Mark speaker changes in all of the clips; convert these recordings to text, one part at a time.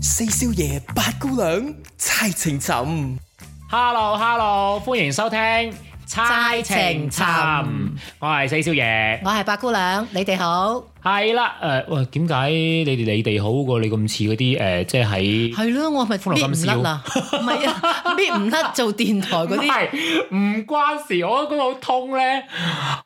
Speaker 1: 四少爺八姑娘猜情尋。
Speaker 2: Hello Hello，歡迎收聽猜情尋，我係四少爺，
Speaker 3: 我係八姑娘，你哋好，
Speaker 2: 係啦，誒，喂，點解你哋你哋好過你咁似嗰啲誒，即係喺
Speaker 3: 係咯，我咪
Speaker 2: 歡樂
Speaker 3: 搣
Speaker 2: 今
Speaker 3: 唔
Speaker 2: 宵
Speaker 3: 甩啦，唔係啊，搣唔甩做電台嗰
Speaker 2: 唔
Speaker 3: 啲，
Speaker 2: 係唔關事，我覺得好痛咧，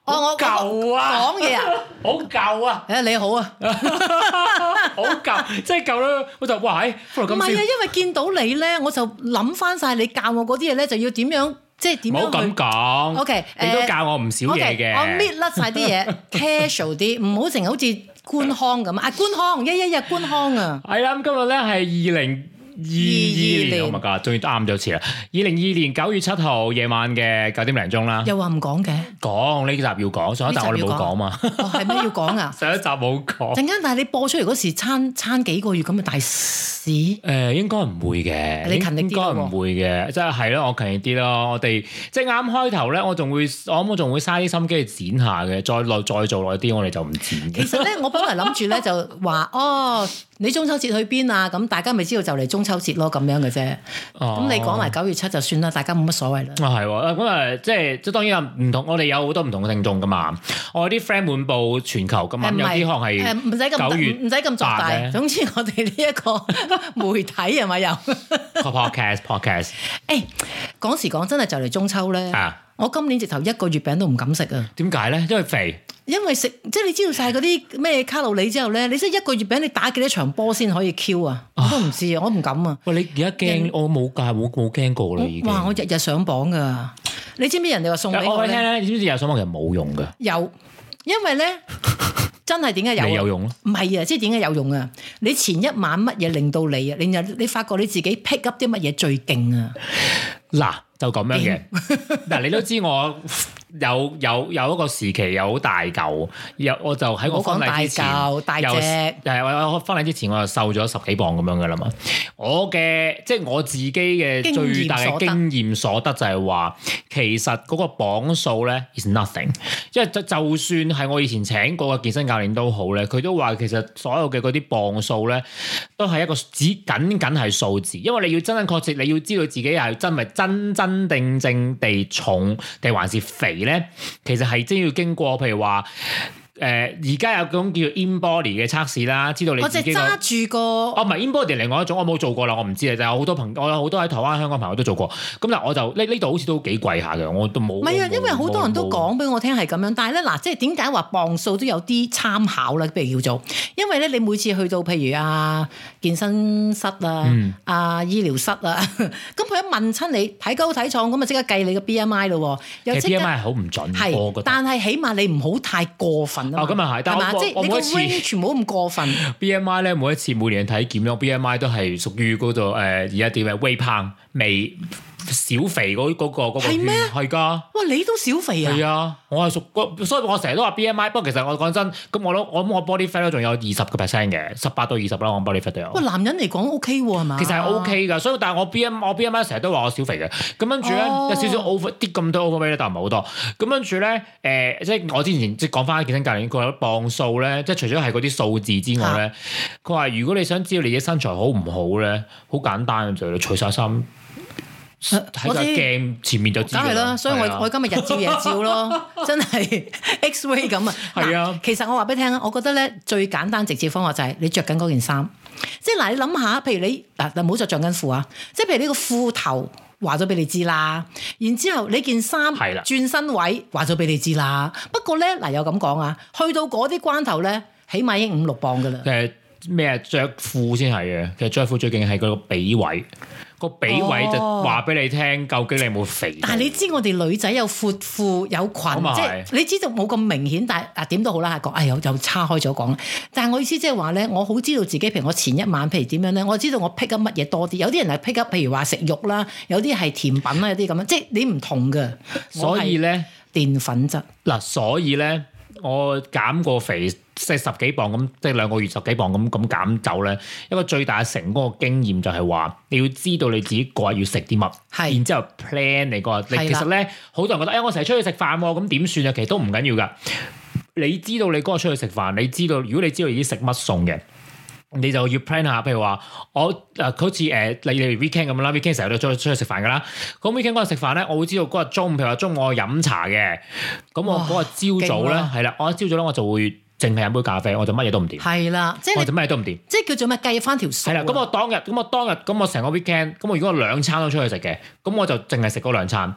Speaker 3: 哦，我
Speaker 2: 舊啊
Speaker 3: 講嘢啊，
Speaker 2: 好舊啊，
Speaker 3: 誒你好啊，
Speaker 2: 好舊，即係舊啦，我就哇，喺歡樂
Speaker 3: 唔係啊，
Speaker 2: 今
Speaker 3: 因
Speaker 2: 宵，
Speaker 3: 為見到你咧，我就諗翻晒你教我嗰啲嘢咧，就要點樣，即係點
Speaker 2: 唔好
Speaker 3: 樣
Speaker 2: 咁
Speaker 3: 去。
Speaker 2: 講
Speaker 3: OK，
Speaker 2: 你都
Speaker 3: 誒
Speaker 2: 教我唔少嘢
Speaker 3: OK，我搣
Speaker 2: 嘅，
Speaker 3: 甩晒啲嘢，casual 啲，唔好成日好似官腔咁啊！官腔，一一日官腔啊！
Speaker 2: 係啦，咁今日咧係二零。二二年，Oh my god，終於啱咗次啦！二零二二年九月七號夜晚嘅九點零鐘啦，
Speaker 3: 又話唔講嘅，
Speaker 2: 講呢集要講，上一集我哋冇講嘛，？
Speaker 3: 哦係咩要講啊
Speaker 2: 上一集冇講。誒、
Speaker 3: 陣間但係你播出嚟嗰時，撐撐幾個月咁嘅大屎。
Speaker 2: 應該唔會嘅，
Speaker 3: 你勤力
Speaker 2: 應
Speaker 3: 啲
Speaker 2: 該
Speaker 3: 咯喎
Speaker 2: 唔會嘅，即係係咯，我勤力啲咯。我哋即係啱開頭咧，我仲會，我諗我仲會嘥啲心機去剪下嘅，再耐再做耐啲，我哋就唔剪
Speaker 3: 其
Speaker 2: 嘅。
Speaker 3: 實咧，我本來諗住咧就話哦，你中秋節去邊啊？咁大家咪知道就嚟中秋節咯，咁樣嘅啫。咁、
Speaker 2: 哦
Speaker 3: 你講埋九月七就算啦，大家冇乜所謂啦。
Speaker 2: 啊係喎，咁啊即係即係當然有唔同，我哋有好多唔同嘅聽眾噶嘛，我啲 friend 滿布全球噶嘛，
Speaker 3: 誒唔
Speaker 2: 啊有啲
Speaker 3: 係
Speaker 2: 可能
Speaker 3: 誒
Speaker 2: 係
Speaker 3: 唔使咁大
Speaker 2: 九月
Speaker 3: 唔使咁作
Speaker 2: 八
Speaker 3: 大。
Speaker 2: 咧
Speaker 3: 總之我哋呢一個 媒體係咪又？誒
Speaker 2: podcast podcast
Speaker 3: 講時講真係就嚟中秋咧。
Speaker 2: 啊？
Speaker 3: 我今年直頭一個月餅都唔敢食啊，
Speaker 2: 點解咧？因為肥
Speaker 3: 因為食即係你知道晒嗰啲咩卡路里之後咧，你即係一個月餅你打幾多場波先可以 Q 啊？我都唔知啊，我唔敢啊。
Speaker 2: 喂，你而家驚
Speaker 3: 人
Speaker 2: 我冇戒冇冇驚過啦已經。
Speaker 3: 哦哇！我日日上榜噶，你知唔知人哋話送俾
Speaker 2: 我
Speaker 3: 我
Speaker 2: 話你
Speaker 3: 咧
Speaker 2: 聽？咧，你知唔知有上網其實冇用噶，
Speaker 3: 有，啊因為咧 真係點解有啊？
Speaker 2: 你有用咯。
Speaker 3: 唔係啊，即係點解有用啊？你前一晚乜嘢令到你啊？你又你發覺你自己 pick up 啲乜嘢最勁啊？
Speaker 2: 嗱，就咁樣嘅。
Speaker 3: 嗯
Speaker 2: 嗱，你都知我有有有一個時期有好大嚿，有我就喺我
Speaker 3: 唔好
Speaker 2: 婚
Speaker 3: 講
Speaker 2: 禮之前
Speaker 3: 大嚿大隻
Speaker 2: 又係我我婚禮之前我就瘦咗十幾磅咁樣噶啦嘛。我嘅即係我自己嘅
Speaker 3: 經驗
Speaker 2: 最大嘅
Speaker 3: 所得
Speaker 2: 經驗所得就係話，其實嗰個磅數咧 is nothing，因為就就算係我以前請過嘅健身教練都好咧，佢都話其實所有嘅嗰啲磅數咧。都係一個只僅僅係數字，因為你要真真確切，你要知道自己係真係真真正正地重定還是肥咧，其實係真要經過，譬如話誒，而家有種叫做 in body 嘅測試啦，知道你
Speaker 3: 我
Speaker 2: 自
Speaker 3: 就
Speaker 2: 己個。
Speaker 3: 揸住個
Speaker 2: 哦，唔係 in body 另外一種，我冇做過啦，我唔知啊。但係有好多朋，我有好多喺台灣、香港朋友都做過。咁但係我就呢呢度好似都幾貴下嘅，我都冇。
Speaker 3: 唔係啊，
Speaker 2: 冇
Speaker 3: 因為好多人都講俾我聽係咁樣，但係咧嗱，即係點解話磅數都有啲參考啦，譬如叫做，因為咧你每次去到譬如啊健身室啊、
Speaker 2: 嗯
Speaker 3: 啊醫療室啊， 咁佢一問親你睇高睇重，咁啊即刻計你嘅 B M I 咯喎，
Speaker 2: 冇
Speaker 3: 又
Speaker 2: 冇
Speaker 3: 即
Speaker 2: 其實
Speaker 3: 刻
Speaker 2: BMI 係好唔準，我覺得。
Speaker 3: 係，但係起碼你唔好太過分啊嘛。
Speaker 2: 哦咁啊係但
Speaker 3: 嘛
Speaker 2: 我
Speaker 3: 即係
Speaker 2: 我
Speaker 3: 你
Speaker 2: 每
Speaker 3: 個
Speaker 2: 一次
Speaker 3: range 唔好咁過分。
Speaker 2: BMI 咧每一次每年嘅體檢咧，BMI 都係屬於嗰度誒而家點啊 weight pound 未小肥嗰嗰個嗰個
Speaker 3: 係啊
Speaker 2: 圈
Speaker 3: 咩
Speaker 2: 係㗎。
Speaker 3: 哇，你都小肥啊？
Speaker 2: 係啊，我係屬所以我成日都話 BMI。不過其實我講真，咁我都我我 body fat 都仲有二十個 percent 嘅，十八到二十啦，我 body fat 都有。
Speaker 3: 哇，男人嚟講 OK 喎，係嘛？
Speaker 2: 其實係 OK 㗎，所以但係我 BM 我 BMI 成日都話我小肥嘅，咁跟住咧
Speaker 3: 哦
Speaker 2: 有少少 over 啲咁多 overweight 咧，但係唔係好多。咁跟住咧誒，即係我之前即係講翻健身教練，佢有磅數咧，即係除咗係嗰啲數字之外咧，佢話如果你想知道你嘅身材好唔好咧，好簡單嘅就係你除晒衫喺
Speaker 3: 呃我
Speaker 2: 個
Speaker 3: 知
Speaker 2: 鏡前面就知
Speaker 3: 梗係
Speaker 2: 㗎
Speaker 3: 啦，所以
Speaker 2: 係啊
Speaker 3: 我我今日日照夜 照咯，真係 X ray 咁啊！
Speaker 2: 係啊
Speaker 3: 嗱其實我話俾你聽啊，我覺得咧最簡單直接方法就係你着緊嗰件衫，即係嗱，你諗下，譬如你嗱，唔好着着緊褲啊，即係譬如呢個褲頭。話咗俾你知啦，然之後你件衫
Speaker 2: 係啦
Speaker 3: 轉身位話咗俾你知啦。不過咧，嗱又咁講啊，去到嗰啲關頭咧，起碼已經五六磅噶啦。
Speaker 2: 誒咩啊？着褲先係嘅，其實着褲最勁係個髀位，個髀位就
Speaker 3: 哦
Speaker 2: 話俾你聽，究竟你有冇肥到？
Speaker 3: 但係你知我哋女仔有闊褲有
Speaker 2: 咁啊
Speaker 3: 裙，即
Speaker 2: 係
Speaker 3: 係你知道冇咁明顯，但係啊點都好啦，講哎又又叉開咗講啦。但係我意思即係話咧，我好知道自己，譬如我前一晚譬如點樣咧，我知道我 pick up 乜嘢多啲。有啲人係 pick up，譬如話食肉啦，有啲係甜品啦，啊有啲咁樣，即係你唔同嘅。
Speaker 2: 所以咧
Speaker 3: 澱粉質
Speaker 2: 嗱，所以咧我減過肥即係十幾磅咁，即係兩個月十幾磅咁咁減走咧，一個最大嘅成功嘅經驗就係話你要知道你自己嗰日要食啲乜，
Speaker 3: 係
Speaker 2: 然之後 plan 你嗰日。你
Speaker 3: 係
Speaker 2: 其
Speaker 3: 啦
Speaker 2: 實咧好多人覺得誒、哎我成日出去食飯喎，咁點算啊？其實都唔緊要㗎。你知道你嗰日出去食飯，你知道如果你知道你已經食乜餸嘅，你就要 plan 下，譬如話我誒、呃好似誒、呃你哋 weekend 咁啦，weekend 成日都出去出去食飯噶啦。咁 weekend 嗰日食飯咧，我會知道嗰日中午，譬如話中午我飲茶嘅，咁我
Speaker 3: 哇
Speaker 2: 嗰日朝早咧
Speaker 3: 勁啊
Speaker 2: 係啦，我一朝早咧我就會淨係飲杯咖啡，我就乜嘢都唔掂，
Speaker 3: 係啦，即係
Speaker 2: 我
Speaker 3: 你
Speaker 2: 就乜嘢都唔掂。
Speaker 3: 即係叫做咩計翻條數
Speaker 2: 哦啊係
Speaker 3: 啊。
Speaker 2: 啦，咁我當日，咁我當日，咁我成個 weekend，咁我如果我兩餐都出去食嘅，咁我就淨係食嗰兩餐。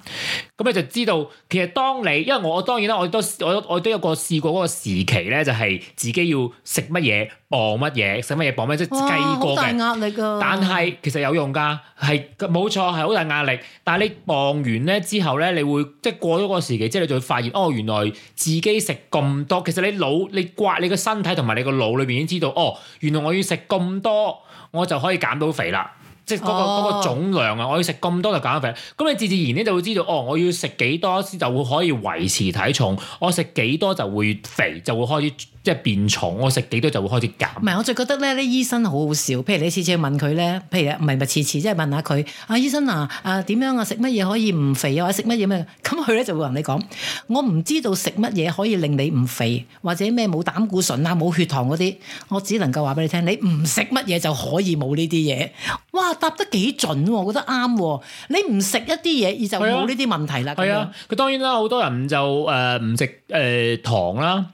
Speaker 2: 咁你就知道，其實當你，因為我當然啦，我都我我都有個試過嗰個時期咧，就係自己要食乜嘢磅乜嘢，食乜嘢磅乜嘢，即係
Speaker 3: 哇
Speaker 2: 計
Speaker 3: 好
Speaker 2: 過
Speaker 3: 大
Speaker 2: 嘅。
Speaker 3: 壓力啊㗎。
Speaker 2: 但係其實有用㗎，係冇錯係好大壓力。但係你磅完咧之後咧，你會即係過咗嗰個時期之後，你就會發現哦，原來自己食咁多。其實你腦你刮你個身體同埋你個腦裏邊已經知道，哦，原來我要食咁多，我就可以減到肥啦。即係嗰、個嗰、
Speaker 3: 哦
Speaker 2: 個總量啊，我要食咁多就減到肥。咁你自自然咧就會知道，哦，我要食幾多先就會可以維持體重，我食幾多就會肥，就會開始即係變重，我食幾多就會開始減。
Speaker 3: 唔係，我就覺得咧，啲醫生好好笑。譬如你次次去問佢咧，譬如唔係唔係次次，即係問下佢啊，醫生啊，啊點樣啊，食乜嘢可以唔肥啊，或者食乜嘢咩？咁佢咧就會同你講，我唔知道食乜嘢可以令你唔肥，或者咩冇膽固醇啊、冇血糖嗰啲，我只能夠話俾你聽，你唔食乜嘢就可以冇呢啲嘢。哇，答得幾準喎，我覺得啱喎。你唔食一啲嘢，你就
Speaker 2: 係啊
Speaker 3: 冇呢啲問題啦。咁
Speaker 2: 係啊
Speaker 3: 樣，，
Speaker 2: 佢當然啦，好多人就誒唔食誒糖啦，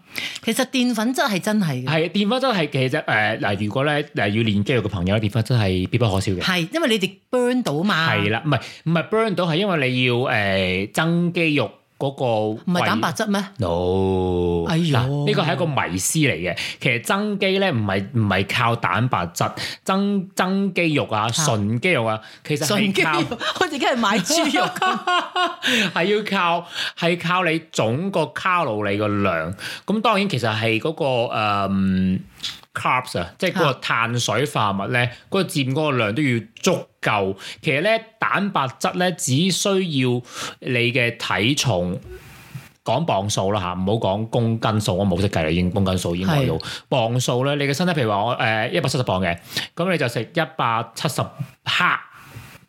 Speaker 3: 其實澱粉質係真係嘅。
Speaker 2: 係澱粉質係其實誒嗱，如果咧嗱要練肌肉嘅朋友咧，澱粉質係必不可少嘅。
Speaker 3: 係，因為你哋 burn 到嘛，
Speaker 2: 係啦，唔係唔係 burn 到，係因為你要誒增肌肉嗰個
Speaker 3: 唔
Speaker 2: 唔
Speaker 3: 係蛋白質咩？
Speaker 2: no，
Speaker 3: 哎呦
Speaker 2: 嗱呢個係一個迷思嚟嘅。其實增肌咧唔係唔係靠蛋白質增增肌肉啊，純肌肉啊，其實
Speaker 3: 純肌
Speaker 2: 係
Speaker 3: 肉
Speaker 2: 靠，
Speaker 3: 我自己係買 豬肉。
Speaker 2: 係要靠係靠你總個卡路里個量。咁當然其實係嗰、個、嗯 carbs 啊，即係嗰個
Speaker 3: 啊
Speaker 2: 碳水化合物咧，嗰、個佔嗰個量都要足夠。其實咧蛋白質咧只需要你嘅體重。講磅數啦嚇，唔好講公斤數，我冇識計啦，已經公斤數已經改到磅數咧。你嘅身體譬如話我誒一百七十磅嘅，咁你就食一百七十克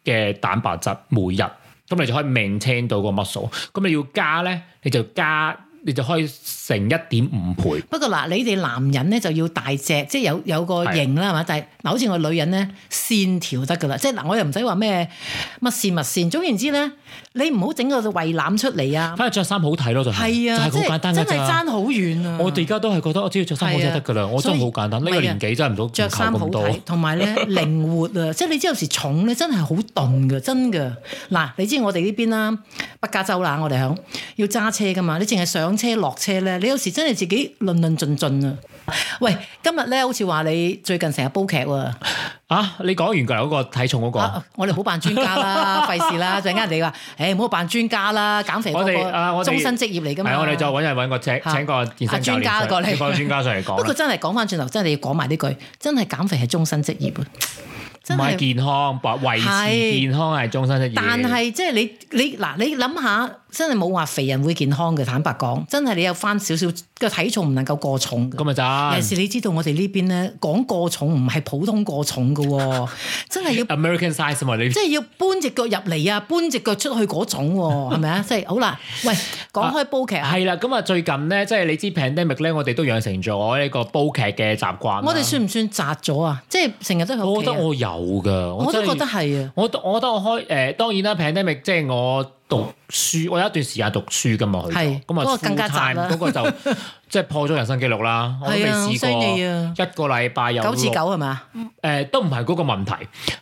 Speaker 2: 嘅蛋白質每日，咁你就可以 maintain 到個 muscle。咁你要加咧，你就加，你就可以成一點五倍。
Speaker 3: 不過嗱，你哋男人咧就要大隻，即係有有個型啦，係嘛？但係嗱，好似我女人咧線條得㗎啦，即係嗱，我又唔使話咩乜線乜線。總言之咧，你唔好整個胃腩出嚟啊！
Speaker 2: 反而着衫好睇咯，就係
Speaker 3: 係啊，
Speaker 2: 就
Speaker 3: 即
Speaker 2: 係好簡
Speaker 3: 係
Speaker 2: 單㗎
Speaker 3: 真
Speaker 2: 咋。
Speaker 3: 係爭好遠啊！
Speaker 2: 我哋而家都係覺得，我只要着衫好睇得㗎啦。
Speaker 3: 係啊
Speaker 2: 我真係好
Speaker 3: 所以
Speaker 2: 簡單，呢個
Speaker 3: 唔係啊
Speaker 2: 年紀真係唔到
Speaker 3: 着衫好
Speaker 2: 咁多。
Speaker 3: 睇，同 埋咧靈活啊！即係你知有時重咧真係好凍嘅，真嘅。嗱，你知我哋呢邊啦，北加州啦，我哋響要揸車噶嘛，你淨係上車落車咧，你有時真係自己論論盡盡啊！喂，今日咧好似話你最近成日煲劇喎。
Speaker 2: 啊，你講完㗎啦，嗰個體重嗰個。
Speaker 3: 啊我哋好扮專家 啦，費事啦！陣間人哋話，誒唔好扮專家啦，減肥嗰
Speaker 2: 我哋啊，
Speaker 3: 個
Speaker 2: 我哋
Speaker 3: 終身職業嚟㗎
Speaker 2: 係
Speaker 3: 嘛。
Speaker 2: 我哋再揾人揾個請
Speaker 3: 嚇
Speaker 2: 請個健身教練
Speaker 3: 啊專家過嚟
Speaker 2: 上個專家上嚟
Speaker 3: 不
Speaker 2: 講
Speaker 3: 過
Speaker 2: 啦。
Speaker 3: 真係講翻轉頭，真係你要講埋呢句，真係減肥係終身職業
Speaker 2: 唔
Speaker 3: 啊！真
Speaker 2: 係
Speaker 3: 係
Speaker 2: 健康，維持
Speaker 3: 係
Speaker 2: 健康係終身一嘢。
Speaker 3: 但係即係你你嗱，你諗下，真係冇話肥人會健康嘅。坦白講，真係你有翻少少個體重唔能夠過重嘅。
Speaker 2: 咁咪咋
Speaker 3: 尤其是你知道我哋呢邊咧講過重唔係普通過重嘅喎，真係要
Speaker 2: American size 啊嘛，你
Speaker 3: 即係要搬只腳入嚟啊，搬只腳出去嗰種喎，係咪啊？即係好啦，喂，講開煲劇啊，
Speaker 2: 係啦，咁啊最近咧，即係你知 pandemic 咧，我哋都養成咗呢個煲劇嘅習慣啦。
Speaker 3: 我哋算唔算窄咗啊？即係成日都喺
Speaker 2: 啊我
Speaker 3: 屋
Speaker 2: 覺
Speaker 3: 企
Speaker 2: 得
Speaker 3: 啊，
Speaker 2: 我有噶，
Speaker 3: 我都
Speaker 2: 真係
Speaker 3: 覺得係啊。
Speaker 2: 我我覺得我開誒、呃當然啦，pandemic 即係我讀書，我有一段時間讀書噶嘛，去到
Speaker 3: 係
Speaker 2: 咁
Speaker 3: 嗰
Speaker 2: 啊
Speaker 3: 個更加
Speaker 2: full
Speaker 3: 雜啦
Speaker 2: time，嗰個就即係破咗人生記錄 啦，我都未
Speaker 3: 係啊
Speaker 2: 試
Speaker 3: 好
Speaker 2: 過
Speaker 3: 犀利啊
Speaker 2: 一個禮拜有
Speaker 3: 九至
Speaker 2: 六
Speaker 3: 九係咪啊？
Speaker 2: 誒、都唔係嗰個問題，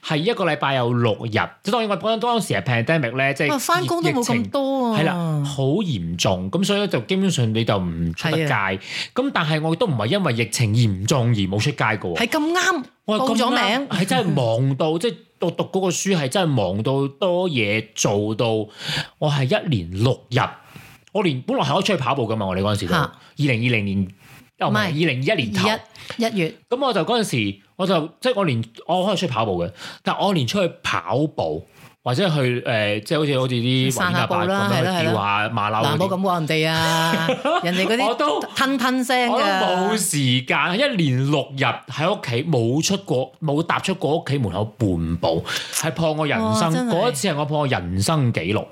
Speaker 2: 係一個禮拜有六日。即係當然我當當時係 pandemic 咧，即
Speaker 3: 哇，
Speaker 2: 係
Speaker 3: 翻工都冇
Speaker 2: 疫情
Speaker 3: 咁多啊。
Speaker 2: 係啦，好嚴重，咁所以咧就基本上你就唔出得街。
Speaker 3: 啊
Speaker 2: 咁但係我都唔係因為疫情嚴重而冇出街嘅喎。
Speaker 3: 係咁啱
Speaker 2: 我
Speaker 3: 報
Speaker 2: 係咁
Speaker 3: 咗
Speaker 2: 啱
Speaker 3: 名，
Speaker 2: 係真係忙到，即係我讀嗰個書係真係忙到多嘢做到，我係一連六日，我連本來係可以出去跑步噶嘛，我哋嗰陣時都二
Speaker 3: 嚇
Speaker 2: 零二零年，哦唔係
Speaker 3: 唔係
Speaker 2: 二零二一年頭。
Speaker 3: 一一月
Speaker 2: 咁我就嗰陣時，我就即係我連我可以出去跑步嘅，但我連出去跑步，或者去誒、呃即係好似好似啲黃
Speaker 3: 散
Speaker 2: 天
Speaker 3: 下
Speaker 2: 阿
Speaker 3: 步
Speaker 2: 伯咁
Speaker 3: 啦係啦
Speaker 2: 樣
Speaker 3: 係
Speaker 2: 去釣
Speaker 3: 啦
Speaker 2: 下馬
Speaker 3: 嗱，
Speaker 2: 騮嗰
Speaker 3: 冇
Speaker 2: 啲。
Speaker 3: 咁話人哋啊， 人哋嗰
Speaker 2: 我都
Speaker 3: 啲吞吞聲
Speaker 2: 我都
Speaker 3: 㗎
Speaker 2: 冇。時間，一連六日喺屋企冇出過，冇踏出過屋企門口半步，係破我人生
Speaker 3: 哇真係
Speaker 2: 嗰一次係我破我人生紀錄。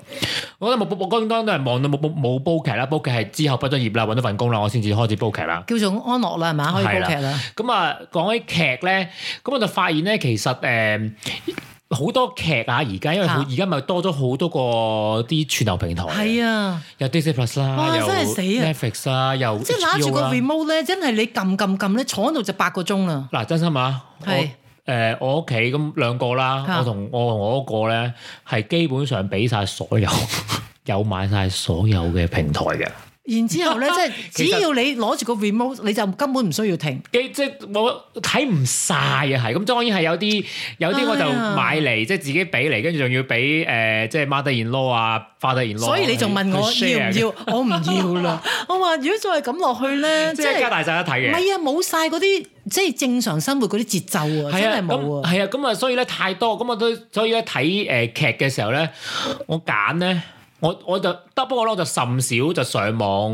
Speaker 2: 我覺得冇我剛剛都係望到冇冇冇煲劇啦，煲劇係之後畢咗業啦，揾到份工啦，我先至開始煲劇啦。
Speaker 3: 叫做安樂啦，係嘛？可以
Speaker 2: 係啦
Speaker 3: 煲劇啦。
Speaker 2: 咁啊，講起劇咧，咁我就發現咧，其實誒好、多劇啊，而家因為好
Speaker 3: 啊
Speaker 2: 而家咪多咗好多個啲串流平台，
Speaker 3: 係啊，
Speaker 2: 有 Disney Plus 啦，
Speaker 3: 哇
Speaker 2: 有
Speaker 3: 真係死啊
Speaker 2: Netflix 啦，又
Speaker 3: 即係揦住
Speaker 2: HBO
Speaker 3: 個
Speaker 2: 啦
Speaker 3: remote 咧，真係你撳撳撳咧，坐喺度就八個鐘啦。
Speaker 2: 嗱，真心啊，我
Speaker 3: 係
Speaker 2: 誒、我屋企咁兩個啦，
Speaker 3: 嚇
Speaker 2: 我同我同我嗰個咧係基本上俾晒所有 有買晒所有嘅平台嘅，
Speaker 3: 然之後咧，即
Speaker 2: 其
Speaker 3: 係
Speaker 2: 實
Speaker 3: 只要你攞住個 remote，你就根本唔需要停。
Speaker 2: 基即係我睇唔晒啊，係咁當然係有啲有啲我就
Speaker 3: 哎呀
Speaker 2: 買嚟，即係自己俾嚟，跟住仲要俾誒、即係 mother in law 啊，father in law，
Speaker 3: 所以你仲問我
Speaker 2: 去 share
Speaker 3: 要唔
Speaker 2: 嘅？
Speaker 3: 要？我唔要 啦。我話如果再係咁落去咧，
Speaker 2: 即
Speaker 3: 即
Speaker 2: 係加
Speaker 3: 係
Speaker 2: 大晒一睇
Speaker 3: 唔
Speaker 2: 嘅。
Speaker 3: 係啊？冇晒嗰啲即係正常生活嗰啲節奏啊，
Speaker 2: 係啊，
Speaker 3: 真係
Speaker 2: 咁
Speaker 3: 冇啊。
Speaker 2: 係啊，咁啊，所以咧太多，咁我都所以咧睇誒劇嘅時候咧，我揀咧，我我就得不過咧，我就甚少就上網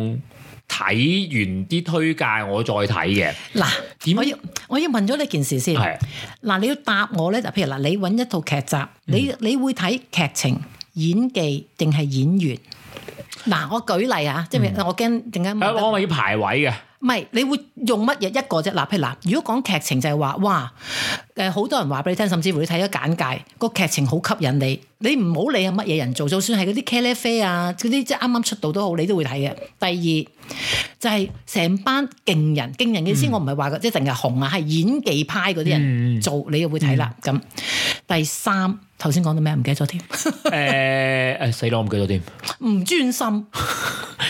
Speaker 2: 睇完啲推介，我再睇嘅。
Speaker 3: 嗱，
Speaker 2: 點
Speaker 3: 我要我要問咗你件事先。
Speaker 2: 係
Speaker 3: 嗱，你要答我咧，就譬如嗱，你揾一套劇
Speaker 2: 嗯
Speaker 3: 集，你你會睇劇情、演技定係演員？嗱，我舉例啊，即係我驚陣間問
Speaker 2: 啊
Speaker 3: 得
Speaker 2: 我咪要排位 嘅，
Speaker 3: 唔係，你會用乜嘢一個啫？嗱，譬如嗱，如果講劇情就係話，哇，誒好多人話俾你聽，甚至乎你睇咗簡介，個劇情好吸引你，你唔好理係乜嘢人做，就算係嗰啲茄喱啡啊，嗰啲即係啱啱出道都好，你都會睇嘅。第二就係、成班勁人，勁人嘅意思我唔係話即係淨係紅啊，係演技派嗰啲人做，你又會睇啦。咁第三頭先講到咩？唔記得咗添，
Speaker 2: 誒誒死咯，我唔記得咗添。
Speaker 3: 唔專心。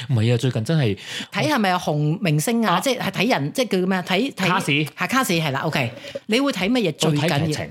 Speaker 2: 唔係啊，最近真係
Speaker 3: 睇係咪有紅明星啊？
Speaker 2: 啊
Speaker 3: 即係係睇人，即係叫咩啊？睇睇
Speaker 2: 卡士
Speaker 3: 係卡士係啦。OK，你會睇乜嘢
Speaker 2: 我
Speaker 3: 最
Speaker 2: 睇劇
Speaker 3: 緊要
Speaker 2: 情。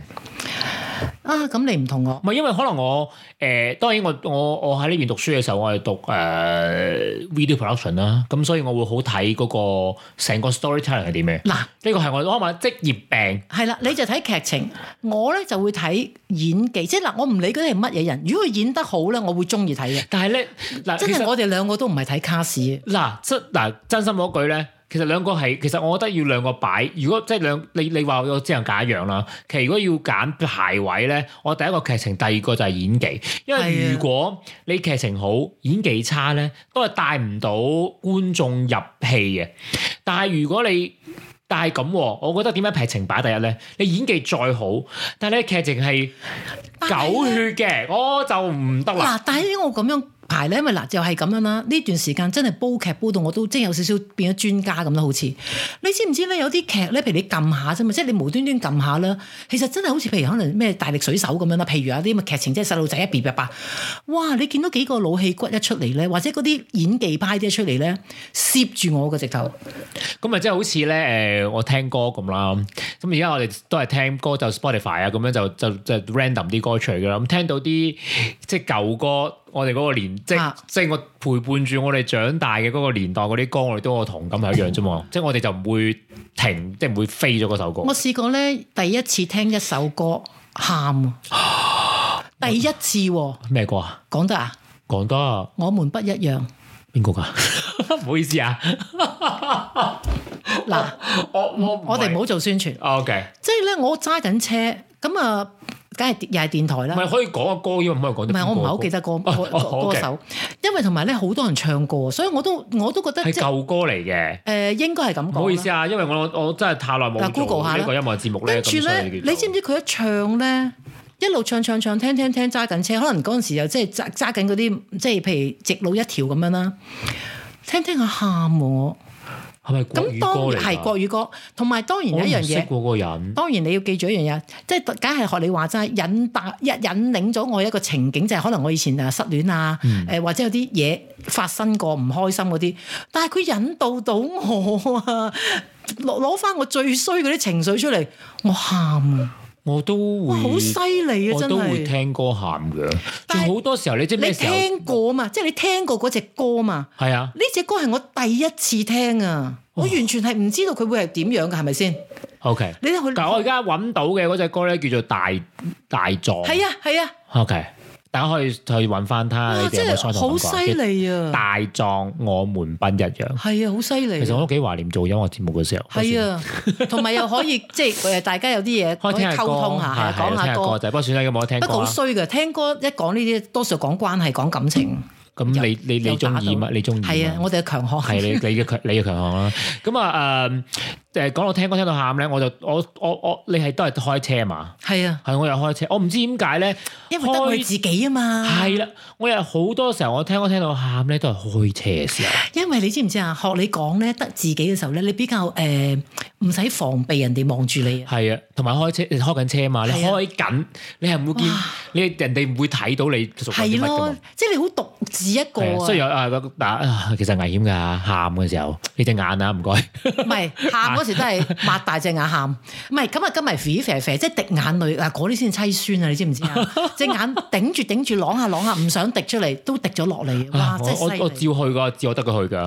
Speaker 3: 啊？咁你唔同我
Speaker 2: 唔係因為可能我誒、呃、當然我我我喺呢邊讀書嘅時候，我係讀誒、呃 video production 啦，咁所以我會好睇嗰個成個 storytelling 係點嘅。
Speaker 3: 嗱
Speaker 2: 呢個係我可能職業病，
Speaker 3: 係啦，你就睇劇情，我咧就會睇演技。即係嗱，我唔理嗰啲係乜嘢人，如果佢演得好咧，我會中意睇嘅。
Speaker 2: 但係咧嗱，
Speaker 3: 真
Speaker 2: 其
Speaker 3: 係
Speaker 2: 實
Speaker 3: 我哋兩個都唔係睇卡士嘅，
Speaker 2: 嗱真嗱真心嗰句咧，其實兩個係其實我覺得要兩個擺。如果即係兩你你話我只能揀一樣啦，其實如果要揀排位咧，我第一個劇情，第二個就係演技，因
Speaker 3: 係啊
Speaker 2: 為如果你劇情好，演技差咧，都係帶唔到觀眾入戲嘅。但係如果你但係咁喎，我覺得點解劇情擺第一咧？你演技再好，但係你劇情係
Speaker 3: 但係
Speaker 2: 狗血嘅，我就唔得啦。
Speaker 3: 嗱，但係點解我咁樣排咧？因為嗱，就係咁樣啦。呢段時間真係煲劇煲到我都即係有少少變咗專家咁啦，好似你知唔知咧？有啲劇咧，譬如你撳下啫嘛，即係你無端端撳下啦，其實真係好似譬如可能咩大力水手咁樣啦。譬如有啲咁嘅劇情，即係細路仔一別入白，哇！你見到幾個老戲骨一出嚟咧，或者嗰啲演技派啲一出嚟咧，攝住我個直頭。
Speaker 2: 咁啊咪即係好似咧誒，我聽歌咁啦。咁而家我哋都係聽歌就 Spotify 啊，咁樣就就就 random 啲歌出嚟噶啦。咁聽到啲即係舊歌，我哋嗰個年即
Speaker 3: 啊
Speaker 2: 即係我陪伴住我哋長大嘅嗰個年代嗰啲歌，我哋都有同感係一樣啫嘛。即係我哋就唔會停，即係唔會飛咗嗰首歌。
Speaker 3: 嗯我試過咧，第一次聽一首歌喊啊，第一次喎
Speaker 2: 咩歌啊？
Speaker 3: 講得啊，
Speaker 2: 講得
Speaker 3: 我們不一樣
Speaker 2: 邊個㗎？ 唔好意思啊，
Speaker 3: 嗱。
Speaker 2: 我我
Speaker 3: 我哋唔好做啊宣傳，
Speaker 2: 好哦 OK，
Speaker 3: 即係咧，我揸緊車，咁啊，梗係又係電台
Speaker 2: 唔
Speaker 3: 啦。
Speaker 2: 係可以講個歌嘅，唔可以講
Speaker 3: 唔
Speaker 2: 啲
Speaker 3: 係我唔係
Speaker 2: 邊個
Speaker 3: 好記得歌歌
Speaker 2: 哦哦
Speaker 3: 歌
Speaker 2: ，OK
Speaker 3: 手，因為同埋咧好多人唱過，所以我都我都覺得
Speaker 2: 係
Speaker 3: 即係
Speaker 2: 舊歌嚟嘅。
Speaker 3: 誒應該係咁
Speaker 2: 唔
Speaker 3: 講。
Speaker 2: 好意思。啊，因為我我真係太耐
Speaker 3: 嗱
Speaker 2: 冇
Speaker 3: ，Google
Speaker 2: 做
Speaker 3: 下啦
Speaker 2: 呢個音樂節目咧，
Speaker 3: 跟住咧，你知唔
Speaker 2: 知？
Speaker 3: 知佢一唱咧，一路唱唱唱，聽聽聽，揸緊車，可能嗰陣時又即係揸揸緊嗰啲，即係譬如直路一條咁樣啦，聽聽下喊我。
Speaker 2: 係咪
Speaker 3: 咁當然係國語歌，同埋當然有一樣嘢。
Speaker 2: 過個人
Speaker 3: 當然你要記住一樣嘢，即係梗係學你話齋，引帶一引領咗我一個情景，就係、可能我以前啊失戀啊，誒、
Speaker 2: 嗯
Speaker 3: 或者有啲嘢發生過唔開心嗰啲，但係佢引導到我啊，攞攞翻我最衰嗰啲情緒出嚟，我喊啊，
Speaker 2: 我都
Speaker 3: 哇
Speaker 2: 會，
Speaker 3: 好犀利啊，
Speaker 2: 我
Speaker 3: 真
Speaker 2: 都會
Speaker 3: 係！
Speaker 2: 聽歌喊嘅。
Speaker 3: 但係
Speaker 2: 仲好多時候，你知唔
Speaker 3: 你
Speaker 2: 知時候？
Speaker 3: 聽過嘛？即係你聽過嗰只歌嘛？
Speaker 2: 係啊，
Speaker 3: 呢只歌係我第一次聽啊！我完全係唔知道佢會係點樣嘅，係咪先？
Speaker 2: ，OK。
Speaker 3: 你去
Speaker 2: 但我而家揾到嘅嗰只歌咧，叫做大大狀。
Speaker 3: 係啊係啊！
Speaker 2: OK，大家可以去揾翻睇下你
Speaker 3: 哇！
Speaker 2: 哋
Speaker 3: 真
Speaker 2: 有冇
Speaker 3: 係
Speaker 2: 相
Speaker 3: 好
Speaker 2: 同感
Speaker 3: 犀
Speaker 2: 覺。
Speaker 3: 利啊！
Speaker 2: 大壯我們不一樣。
Speaker 3: 係啊，好犀利
Speaker 2: 其實
Speaker 3: 啊。
Speaker 2: 我都幾懷念做音樂節目嘅時候。
Speaker 3: 係啊，同埋又可以即 係誒，大家有啲嘢
Speaker 2: 嗰時，可以
Speaker 3: 可以
Speaker 2: 聽下歌
Speaker 3: 溝通下，係啊
Speaker 2: 係
Speaker 3: 講
Speaker 2: 聽
Speaker 3: 下
Speaker 2: 歌
Speaker 3: 歌。
Speaker 2: 仔。不過算啦，咁我聽
Speaker 3: 不
Speaker 2: 歌
Speaker 3: 過好
Speaker 2: 啦。
Speaker 3: 衰嘅，聽歌一講呢啲，多數講關係、講感情。
Speaker 2: 咁你你你
Speaker 3: 又打
Speaker 2: 中
Speaker 3: 到
Speaker 2: 意乜？你中意乜
Speaker 3: 係啊，我哋嘅強項
Speaker 2: 嗯係你你嘅強你嘅強項啦。咁啊誒誒講到聽歌聽到喊咧，我就我我我你係都係開車嘛？
Speaker 3: 係啊，
Speaker 2: 係我又開車，我唔知點解咧，
Speaker 3: 因為得佢
Speaker 2: 開
Speaker 3: 自己啊嘛。
Speaker 2: 係啦，我有好多時候我聽歌聽到喊咧，都係開車嘅時候。
Speaker 3: 因為你知唔知啊？學你講咧，得自己嘅時候咧，你比較誒唔使防備人哋望住你啊。
Speaker 2: 係啊，同埋開車你開緊車嘛，你
Speaker 3: 係啊
Speaker 2: 開緊，你係唔會見
Speaker 3: 哇
Speaker 2: 你人哋唔會睇到你做緊
Speaker 3: 係
Speaker 2: 啲乜噶
Speaker 3: 咯
Speaker 2: 嘛。，
Speaker 3: 即係你好獨自一個
Speaker 2: 係啊，所以
Speaker 3: 啊，
Speaker 2: 有啊，個但啊其實危險㗎，喊嘅時候你隻眼啊，唔該。
Speaker 3: 唔係喊嗰時都
Speaker 2: 啊
Speaker 3: 係擘大隻眼喊，唔係咁啊，今日肥肥肥，即係滴眼淚啊，嗰啲先凄酸啊，你知唔 知啊？隻眼頂住頂住，啷下啷下，唔想滴出嚟，都滴咗落嚟，哇！
Speaker 2: 啊
Speaker 3: 真
Speaker 2: 我我我
Speaker 3: 係
Speaker 2: 照
Speaker 3: 犀
Speaker 2: 去
Speaker 3: 利。
Speaker 2: 㗎，照我得佢去㗎。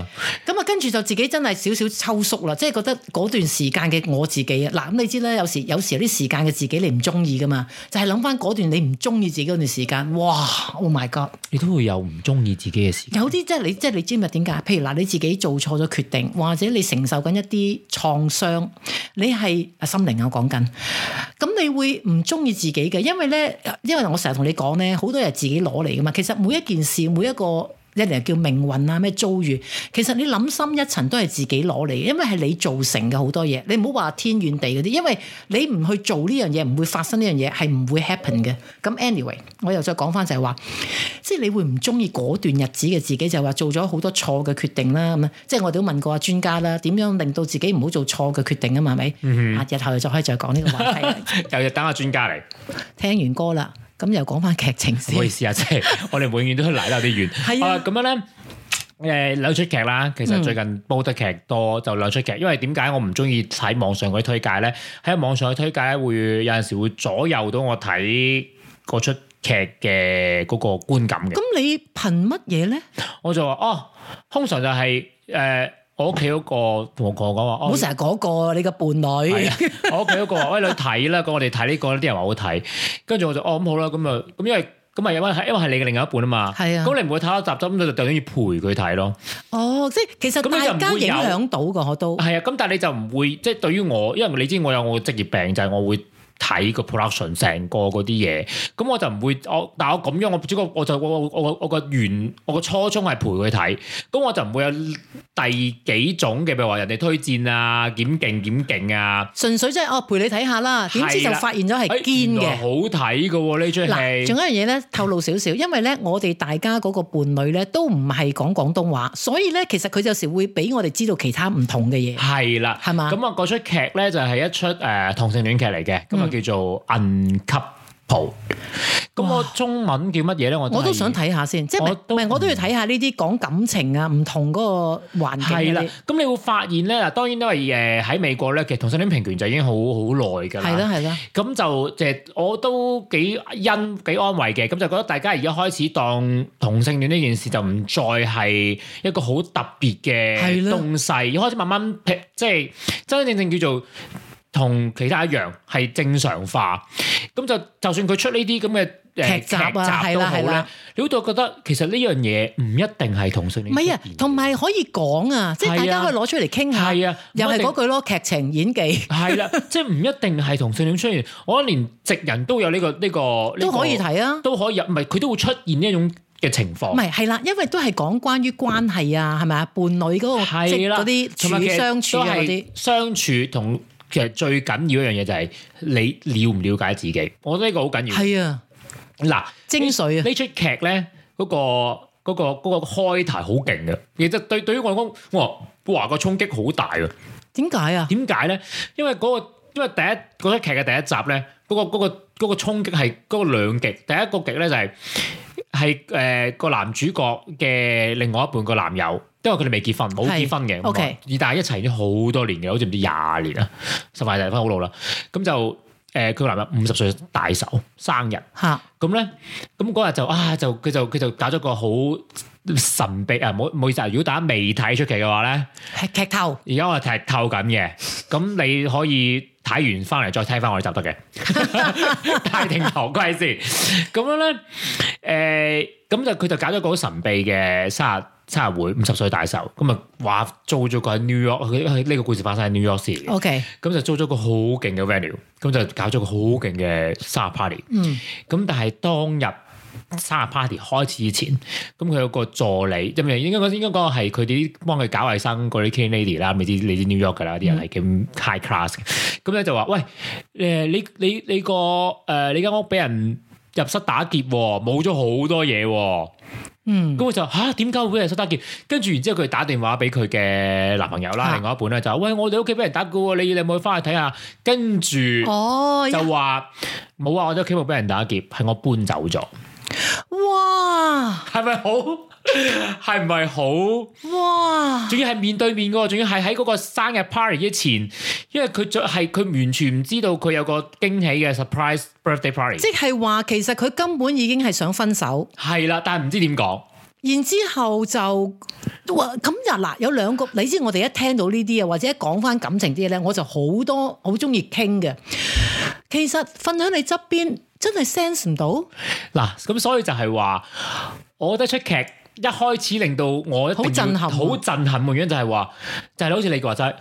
Speaker 3: 咁啊，跟住就自己真係少少抽縮啦，即係覺得嗰段時間嘅我自己啊，嗱咁你知啦，有時有時有啲時間嘅自己你唔中意噶嘛，就係諗翻嗰段你唔中意自己嗰段時間，哇！Oh my god！
Speaker 2: 你都會有唔中意自己嘅事。
Speaker 3: 有啲即係你即係你知唔知點解？譬如嗱，你自己做錯咗決定，或者你承受緊一啲創傷，你係啊心靈啊，我講緊，咁你會唔中意自己嘅，因為咧，因為我成日同你講咧，好多嘢自己攞嚟噶嘛。其實每一件事，每一個。一嚟叫命運啊，咩遭遇，其實你諗深一層都係自己攞嚟嘅，因為係你造成嘅好多嘢。你唔好話天怨地嗰啲，因為你唔去做呢樣嘢，唔會發生呢樣嘢，係唔會 happen 嘅。咁 anyway，我又再講翻就係話，即係你會唔中意嗰段日子嘅自己，就係話做咗好多錯嘅決定啦。咁啊，即係我哋都問過啊專家啦，點樣令到自己唔好做錯嘅決定啊嘛？係咪？
Speaker 2: 嗯
Speaker 3: 啊，日後又再可以再講呢個話 題啦。
Speaker 2: 又要等下專家嚟，
Speaker 3: 聽完歌啦，咁又講翻劇情
Speaker 2: 唔好意
Speaker 3: 先。
Speaker 2: 思啊，即係 我哋永遠都嚟得有啲遠。
Speaker 3: 係
Speaker 2: 好
Speaker 3: 啊
Speaker 2: 啦咁樣咧。誒兩出劇啦，其實最近煲得劇多就兩出劇，因為點解我唔中意睇網上嗰啲推介咧？喺網上嘅推介咧，會有陣時會左右到我睇嗰出劇嘅嗰個觀感嘅。
Speaker 3: 咁你憑乜嘢咧？
Speaker 2: 我就話哦，通常就係、誒、我屋企嗰個同我講講話，
Speaker 3: 唔好
Speaker 2: 哦，
Speaker 3: 成日嗰個你嘅伴侶
Speaker 2: 係啊，我屋企嗰個話：喂，你去睇啦，咁我哋睇呢個啲人話好睇，跟住我就哦咁好啦，咁啊咁因為咁啊因為係因為係你嘅另外一半啊嘛，
Speaker 3: 係啊
Speaker 2: 咁你唔會睇一集咁，你就等於陪佢睇咯，
Speaker 3: 哦，即係其實
Speaker 2: 咁你就
Speaker 3: 大
Speaker 2: 唔
Speaker 3: 家
Speaker 2: 會有
Speaker 3: 影響到噶，我都
Speaker 2: 係啊，咁但係你就唔會即係對於我，因為你知我有我嘅職業病，就係、我會。睇個 production 成個嗰啲嘢，咁我就唔會我，但我咁樣我只個我就我我我我個原我個初衷係陪佢睇，咁我就唔會有第幾種嘅，譬如話人哋推薦啊、檢勁檢勁啊，
Speaker 3: 純粹即係哦陪你睇下啦，點知
Speaker 2: 係
Speaker 3: 就
Speaker 2: 啦
Speaker 3: 發現咗係
Speaker 2: 哎
Speaker 3: 堅
Speaker 2: 原
Speaker 3: 嘅
Speaker 2: 來。好睇嘅喎呢出
Speaker 3: 嗱，仲
Speaker 2: 戲，
Speaker 3: 有一樣嘢咧，透露少少，因為咧，我哋大家嗰個伴侶咧都唔係講廣東話，所以咧，其實佢有時會俾我哋知道其他唔同嘅嘢，
Speaker 2: 係啦，
Speaker 3: 係嘛？
Speaker 2: 咁啊，嗰出劇咧就係一出誒同性戀劇嚟嘅，
Speaker 3: 嗯
Speaker 2: 咁啊叫做《Uncouple》。咁我中文叫乜嘢咧？我
Speaker 3: 我都
Speaker 2: 係
Speaker 3: 想。睇下先，即係唔
Speaker 2: 我
Speaker 3: 係
Speaker 2: 都嗯
Speaker 3: 唔係我都要睇下呢啲講感情啊，唔同嗰個環境
Speaker 2: 係
Speaker 3: 嗰
Speaker 2: 啦
Speaker 3: 啲，
Speaker 2: 咁你會發現咧，嗱當然都係誒呃喺美國咧，其實同性戀平權就已經好好耐㗎啦。
Speaker 3: 係啦係啦，
Speaker 2: 咁就即係我都幾欣幾安慰嘅，咁就覺得大家而家開始當同性戀呢件事就唔再係一個好特別嘅
Speaker 3: 係啦
Speaker 2: 東西，要開始慢慢劈即係真真正正叫做同其他一樣係正常化。咁就就算佢出呢啲咁嘅誒
Speaker 3: 劇集啊
Speaker 2: 劇集
Speaker 3: 係
Speaker 2: 都
Speaker 3: 啦
Speaker 2: 好
Speaker 3: 係
Speaker 2: 咧
Speaker 3: 啦，
Speaker 2: 你會覺得其實呢樣嘢唔一定係同性戀
Speaker 3: 唔係啊
Speaker 2: 出現，嘅
Speaker 3: 同埋可以講啊，即係
Speaker 2: 嗯
Speaker 3: 大
Speaker 2: 係啊
Speaker 3: 家可以攞出嚟傾下，
Speaker 2: 係啊，
Speaker 3: 又係
Speaker 2: 唔一定
Speaker 3: 嗰句咯，劇情演技
Speaker 2: 係啦，即係唔一定係同性戀出現，我覺得連直人都有呢、個呢、個
Speaker 3: 都
Speaker 2: 呢個
Speaker 3: 可以睇啊。
Speaker 2: 都可以入，唔係佢都會出現呢一種嘅情
Speaker 3: 唔
Speaker 2: 況。
Speaker 3: 係係啦，因為都係講關於關係啊，係咪啊？伴侶嗰個即
Speaker 2: 係
Speaker 3: 係
Speaker 2: 啦，
Speaker 3: 嗰
Speaker 2: 同埋
Speaker 3: 啲
Speaker 2: 其實
Speaker 3: 處相處
Speaker 2: 都
Speaker 3: 啊嗰
Speaker 2: 係
Speaker 3: 啲，
Speaker 2: 相處同其實最緊要一樣嘢就係你了唔了解自己，我覺得呢個好緊要。
Speaker 3: 係啊，
Speaker 2: 嗱，
Speaker 3: 精髓啊！
Speaker 2: 呢出劇咧嗰個。嗰、個嗰、個開題好勁嘅，其實對對於我嚟講，我話哇個衝擊好大啊！
Speaker 3: 點解啊？
Speaker 2: 點解咧？因為嗰、個因為第一嗰出劇嘅第一集咧，嗰、個嗰、個嗰、個衝擊係嗰個兩極。第一個極咧就係係誒個男主角嘅另外一半個男友，因為佢哋未結婚，冇
Speaker 3: 係
Speaker 2: 結婚嘅
Speaker 3: OK
Speaker 2: 而但係一齊已經好多年嘅，好似唔知廿年啊，十塊就分好老啦。咁就誒佢個男友五十歲大壽生日。
Speaker 3: 嚇！
Speaker 2: 咁咧，咁嗰日就啊，就佢就佢就搞咗個好神秘啊！唔好唔好意思啊，如果大家未睇出劇嘅話咧，
Speaker 3: 係劇透，
Speaker 2: 而家我係劇透緊嘅，咁你可以睇完 翻嚟再聽翻我哋集得嘅，戴定頭盔先。咁樣咧，誒、誒咁就佢就搞咗個好神秘嘅生日生日會，五十歲大壽，咁啊話租咗個喺 New York，佢佢呢個故事發生喺 New York City 嘅。
Speaker 3: O K，
Speaker 2: 咁就租咗個好勁嘅 venue，咁就搞咗個好勁嘅生日 party。
Speaker 3: 嗯，
Speaker 2: 咁但係當日生日 party 開始以前，咁佢有個助理，因為應該應該講係佢哋啲幫佢搞衞生嗰啲 clean lady 啦，你知你知 New York 㗎啦，啲人係咁 high class 嘅。咁咧就話：喂，誒、你你你個誒、你間屋俾人入室打劫喎，冇咗好多嘢喎。
Speaker 3: 嗯，
Speaker 2: 咁佢就吓點解會俾人收得劫？跟住然之後佢打電話俾佢嘅男朋友啦，
Speaker 3: 啊
Speaker 2: 另外一半咧就話：喂，我哋屋企俾人打劫喎，你你有冇翻去睇下？跟住
Speaker 3: 哦，
Speaker 2: 嗯就話冇啊，我哋屋企冇俾人打劫，係我搬走咗，
Speaker 3: 哇
Speaker 2: 係 咪好？係唔係好？
Speaker 3: 哇，
Speaker 2: 仲要係面對面嘅喎，仲要係喺嗰個生日 party 之前，因為佢着係佢完全唔知道佢有個驚喜嘅 surprise birthday party，
Speaker 3: 即係話其實佢根本已經係想分手，
Speaker 2: 係啦，但係唔知點講。
Speaker 3: 然之後就哇咁就嗱有兩個，你知我哋一聽到呢啲啊，或者一講翻感情啲嘢咧，我就好多好中意傾嘅。其實瞓喺你側邊真係 sense 唔到，
Speaker 2: 嗱，咁所以就係話，我覺得出劇一開始令到我一定要
Speaker 3: 好震撼啊
Speaker 2: 好震撼嘅原因就係話，就係、好似你話齋，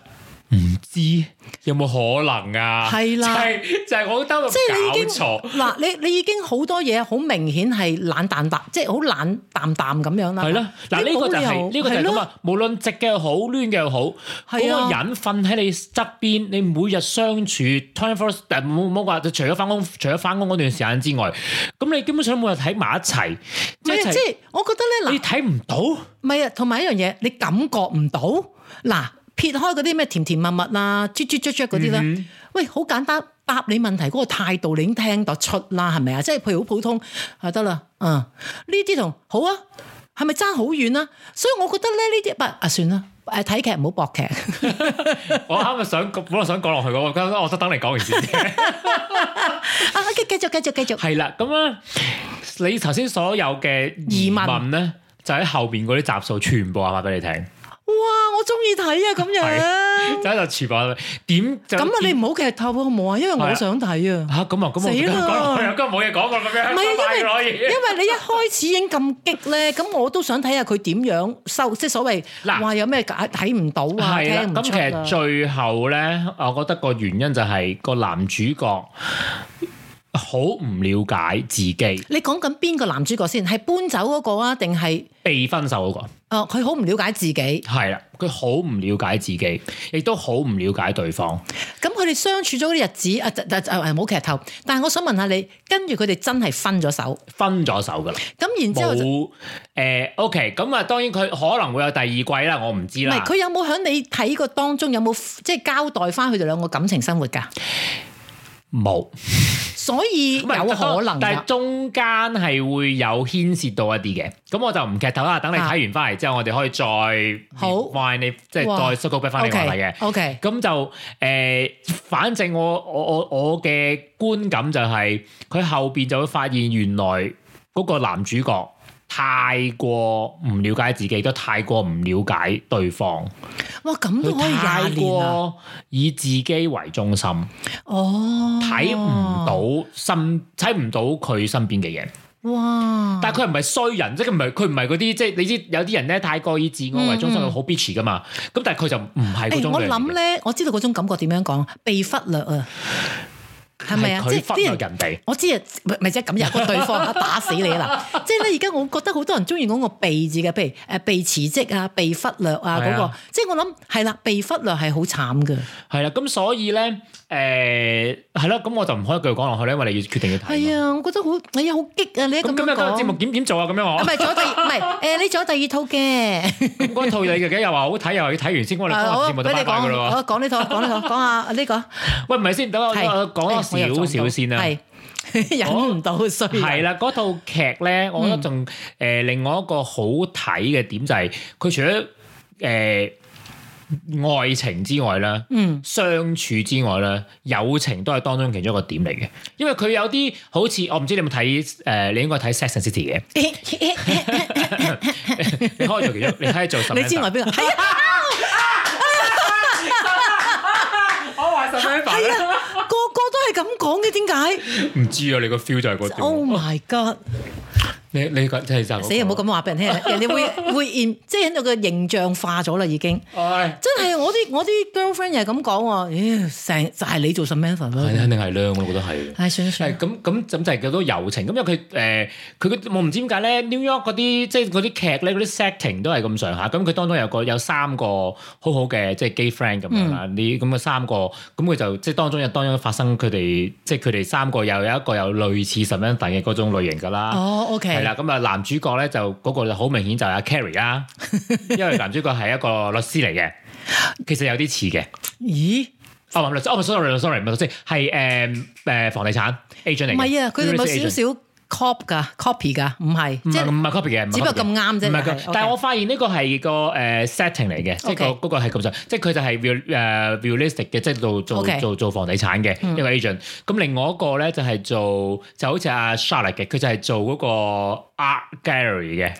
Speaker 2: 唔知有冇可能啊？
Speaker 3: 係啦
Speaker 2: 就係、就係、我覺得
Speaker 3: 即係你已
Speaker 2: 有
Speaker 3: 經
Speaker 2: 搞錯。
Speaker 3: 嗱你你已經好多嘢好明顯係冷淡淡，即係好冷淡淡咁樣啦。
Speaker 2: 係啦，嗱
Speaker 3: 你
Speaker 2: 呢個
Speaker 3: 冇
Speaker 2: 就
Speaker 3: 理
Speaker 2: 係
Speaker 3: 由
Speaker 2: 呢個就係咁啊！無論直嘅又好，攣嘅又好，嗰
Speaker 3: 係啊
Speaker 2: 個人瞓喺你側邊，你每日相處 twenty four，但冇冇話除咗翻工，除咗翻工嗰段時間之外，咁你基本上每日睇埋一齊，
Speaker 3: 唔
Speaker 2: 即係一
Speaker 3: 係啊即
Speaker 2: 齊
Speaker 3: 係我覺得咧
Speaker 2: 你
Speaker 3: 嗱，
Speaker 2: 睇唔到。
Speaker 3: 唔係啊，同埋一樣嘢，你感覺唔到嗱，撇開嗰啲咩甜甜蜜蜜啦、啜啜啜啜嗰啲啦，
Speaker 2: 嗯
Speaker 3: 喂，好簡單，答你問題嗰個態度你已經聽得出啦，係咪啊？即係譬如好普通啊，得啦，嗯，呢啲同好啊，係咪爭好遠啊？所以我覺得咧呢啲不啊算啦，誒睇劇唔好 搏劇。啊
Speaker 2: 我啱啱想講，本來想講落去嘅，我覺得我得等你講完 先。
Speaker 3: 啊，繼繼續繼續繼續，
Speaker 2: 係啦，咁啊，你頭先所有嘅疑問咧，就喺後邊嗰啲集數全部話翻俾你聽，
Speaker 3: 哇！我中意睇啊咁樣，
Speaker 2: 就喺度全部話俾你點就
Speaker 3: 咁啊你唔好劇透好唔好啊？因為
Speaker 2: 係啊
Speaker 3: 我想睇啊。
Speaker 2: 嚇咁啊咁我
Speaker 3: 死啦
Speaker 2: 講落去啊，今日冇嘢講過咁樣，
Speaker 3: 唔係啊，因
Speaker 2: 拜拜可
Speaker 3: 為
Speaker 2: 以
Speaker 3: 因為你一開始已經咁激咧，咁我都想睇下佢點樣收，即係所謂
Speaker 2: 嗱
Speaker 3: 話有咩解睇唔到啊，
Speaker 2: 係啦，
Speaker 3: 聽唔
Speaker 2: 咁其
Speaker 3: 出啊
Speaker 2: 實最後咧，我覺得個原因就係個男主角好唔了解自己，
Speaker 3: 你講緊邊個男主角先？係搬走嗰個啊，定係
Speaker 2: 被分手嗰個。
Speaker 3: 誒佢好唔了解自己？
Speaker 2: 係啦，佢好唔了解自己，亦都好唔了解對方。
Speaker 3: 咁佢哋相處咗啲日子啊，就就就誒冇劇透。但係我想問下你，跟住佢哋真係分咗手，
Speaker 2: 分咗手噶啦，
Speaker 3: 咁然之後就。
Speaker 2: 冇誒 OK，咁啊當然佢可能會有第二季啦，我唔知
Speaker 3: 唔
Speaker 2: 啦
Speaker 3: 係。佢有冇喺你睇個當中有冇即係交代翻佢哋兩個感情生活㗎？
Speaker 2: 冇，
Speaker 3: 所以有
Speaker 2: 咁啊
Speaker 3: 可能
Speaker 2: 但係
Speaker 3: 㗎。
Speaker 2: 中間係會有牽涉到一啲嘅，咁我就唔劇透啦。等你睇完翻嚟之後，我哋可以再
Speaker 3: 啊好
Speaker 2: 話你即係
Speaker 3: 哇
Speaker 2: 再 circle back 翻
Speaker 3: O
Speaker 2: 你話題嘅
Speaker 3: K。O K，
Speaker 2: 咁就誒、呃反正我我我我嘅觀感就係、佢後邊就會發現原來嗰個男主角太過唔了解自己，都太過唔了解對方，
Speaker 3: 哇咁都
Speaker 2: 佢
Speaker 3: 可以
Speaker 2: 太
Speaker 3: 廿年啊！
Speaker 2: 過以自己為中心，
Speaker 3: 哦，
Speaker 2: 睇唔到身睇唔到佢身邊嘅嘢。
Speaker 3: 到，哇！
Speaker 2: 但係佢唔係衰人，即係佢唔係佢唔係嗰啲即係你知有啲人咧太過以自我為中心，佢好 bitch 噶嘛。咁但係佢就唔係嗰
Speaker 3: 嗯誒
Speaker 2: 種
Speaker 3: 我
Speaker 2: 類型嘅
Speaker 3: 諗咧，我知道嗰種感覺點樣講，被忽略啊，係咪啊？即
Speaker 2: 佢
Speaker 3: 係
Speaker 2: 忽
Speaker 3: 啲
Speaker 2: 略
Speaker 3: 人。
Speaker 2: 人哋。
Speaker 3: 我知啊，咪咪即係咁有個對方 啊，打死你啦！即係咧，而家我覺得好多人中意講個被字嘅，譬如誒被辭職啊、被忽略啊
Speaker 2: 係啊
Speaker 3: 嗰個，即係我諗係啦，被忽略係好慘嘅，
Speaker 2: 係啊啦，咁所以咧，誒係啦，咁我就唔可以繼續講落去咧，因為你要決定要睇。
Speaker 3: 係啊，我覺得好，哎呀，好激啊！你一
Speaker 2: 咁
Speaker 3: 咁
Speaker 2: 今日
Speaker 3: 樣
Speaker 2: 嗰個節目
Speaker 3: 講，
Speaker 2: 點點做啊？咁樣
Speaker 3: 啊唔
Speaker 2: 我
Speaker 3: 係仲有第二，唔係誒你仲有第二套嘅。
Speaker 2: 咁嗰套嘢嘅又話好睇，又話要睇完先，我哋
Speaker 3: 啊
Speaker 2: 今日
Speaker 3: 好
Speaker 2: 節目就
Speaker 3: 俾你
Speaker 2: 拜拜噶
Speaker 3: 講，
Speaker 2: 啦
Speaker 3: 好講呢套，講呢套，講下呢個。
Speaker 2: 喎。喂，唔係先，等我
Speaker 3: 係
Speaker 2: 我哦講多少少先啦。哦
Speaker 3: 係 忍唔到，所以
Speaker 2: 係啦，嗰套劇咧，我覺得仲
Speaker 3: 嗯
Speaker 2: 誒另外一個好睇嘅點就係佢除咗誒愛情之外啦。
Speaker 3: 嗯，
Speaker 2: 相處之外咧，友情都係當中其中一個點嚟嘅，因為佢有啲好似我唔知你有冇睇誒，你應該睇《Sex and City》嘅， 你可以做其中，你可以做十。
Speaker 3: 你知我係邊個？係啊，
Speaker 2: 我話 十蚊
Speaker 3: 係啊，個個都係咁講嘅，點解
Speaker 2: 唔知啊，你個 feel 就係嗰
Speaker 3: ？Oh
Speaker 2: 種。
Speaker 3: my god！
Speaker 2: 你你覺真係就
Speaker 3: 死啊！唔好咁話俾人聽， 人哋會會 in，即係喺度個形象化咗啦，已經。
Speaker 2: 唉，
Speaker 3: 真係我啲我啲 girlfriend 又係咁講喎，妖成就係你做 Samantha 咯
Speaker 2: 係。肯定係啦，我覺得係。
Speaker 3: 唉，算啦算
Speaker 2: 係
Speaker 3: 啦，
Speaker 2: 咁咁咁就係叫做友情，咁因為佢誒佢嗰我唔知點解咧，New York 嗰啲即係嗰啲劇咧，嗰啲 setting 都係咁上下。咁佢當中有個有三個好好嘅即係 gay friend 咁樣
Speaker 3: 嗯
Speaker 2: 啦，呢咁嘅啊三個，咁佢就即係當中有當中發生佢哋即係佢哋三個又有一個有類似 Samantha 嘅嗰種類型㗎啦。
Speaker 3: 哦，OK，
Speaker 2: 係啦，咁啊男主角咧就嗰、個就好明顯就係阿 Carrie 啦，因為男主角係一個律師嚟嘅，其實有啲似嘅。
Speaker 3: 咦？
Speaker 2: 哦，唔係律師，哦唔係 sorry，sorry，唔係律師，係誒誒房地產 agent 嚟嘅。
Speaker 3: 唔係啊，佢哋
Speaker 2: real
Speaker 3: 咪
Speaker 2: estate
Speaker 3: 少
Speaker 2: agent
Speaker 3: 少 cop 㗎，copy 㗎，唔係，
Speaker 2: 唔
Speaker 3: 即
Speaker 2: 係
Speaker 3: 係
Speaker 2: 唔係 copy 嘅，唔係
Speaker 3: 只不過
Speaker 2: copy 嘅
Speaker 3: 咁啱啫
Speaker 2: 唔係
Speaker 3: 係
Speaker 2: 佢
Speaker 3: OK
Speaker 2: 但係我發現呢個係個誒 setting 嚟嘅，即係
Speaker 3: OK
Speaker 2: 個嗰個係咁上，即係佢就係 real 誒 realistic 嘅，即係做做
Speaker 3: OK 嗯
Speaker 2: 做做房地產嘅一個 agent。咁另外一個咧就係做就好似阿 Charlotte 嘅，佢就係做嗰個 art gallery 嘅。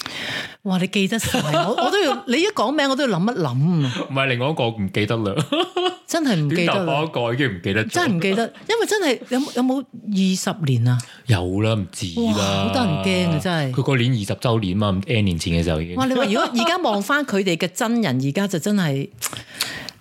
Speaker 3: 哇！你記得晒， 我我都要你一講名我都要諗一諗啊，
Speaker 2: 唔係另外一個唔記得啦，啊
Speaker 3: 真係唔記
Speaker 2: 短
Speaker 3: 得
Speaker 2: 頭髮
Speaker 3: 啦，
Speaker 2: 嗰個已經唔記得
Speaker 3: 真係
Speaker 2: 咗，
Speaker 3: 唔記得，因為真係有有冇二 十年啊？
Speaker 2: 有啦，唔至於啦，
Speaker 3: 哇好得人驚啊真係
Speaker 2: 佢嗰年二十週年嘛，N 年前嘅時候已經
Speaker 3: 哇！。你話如果而家望翻佢哋嘅真人，而家就真係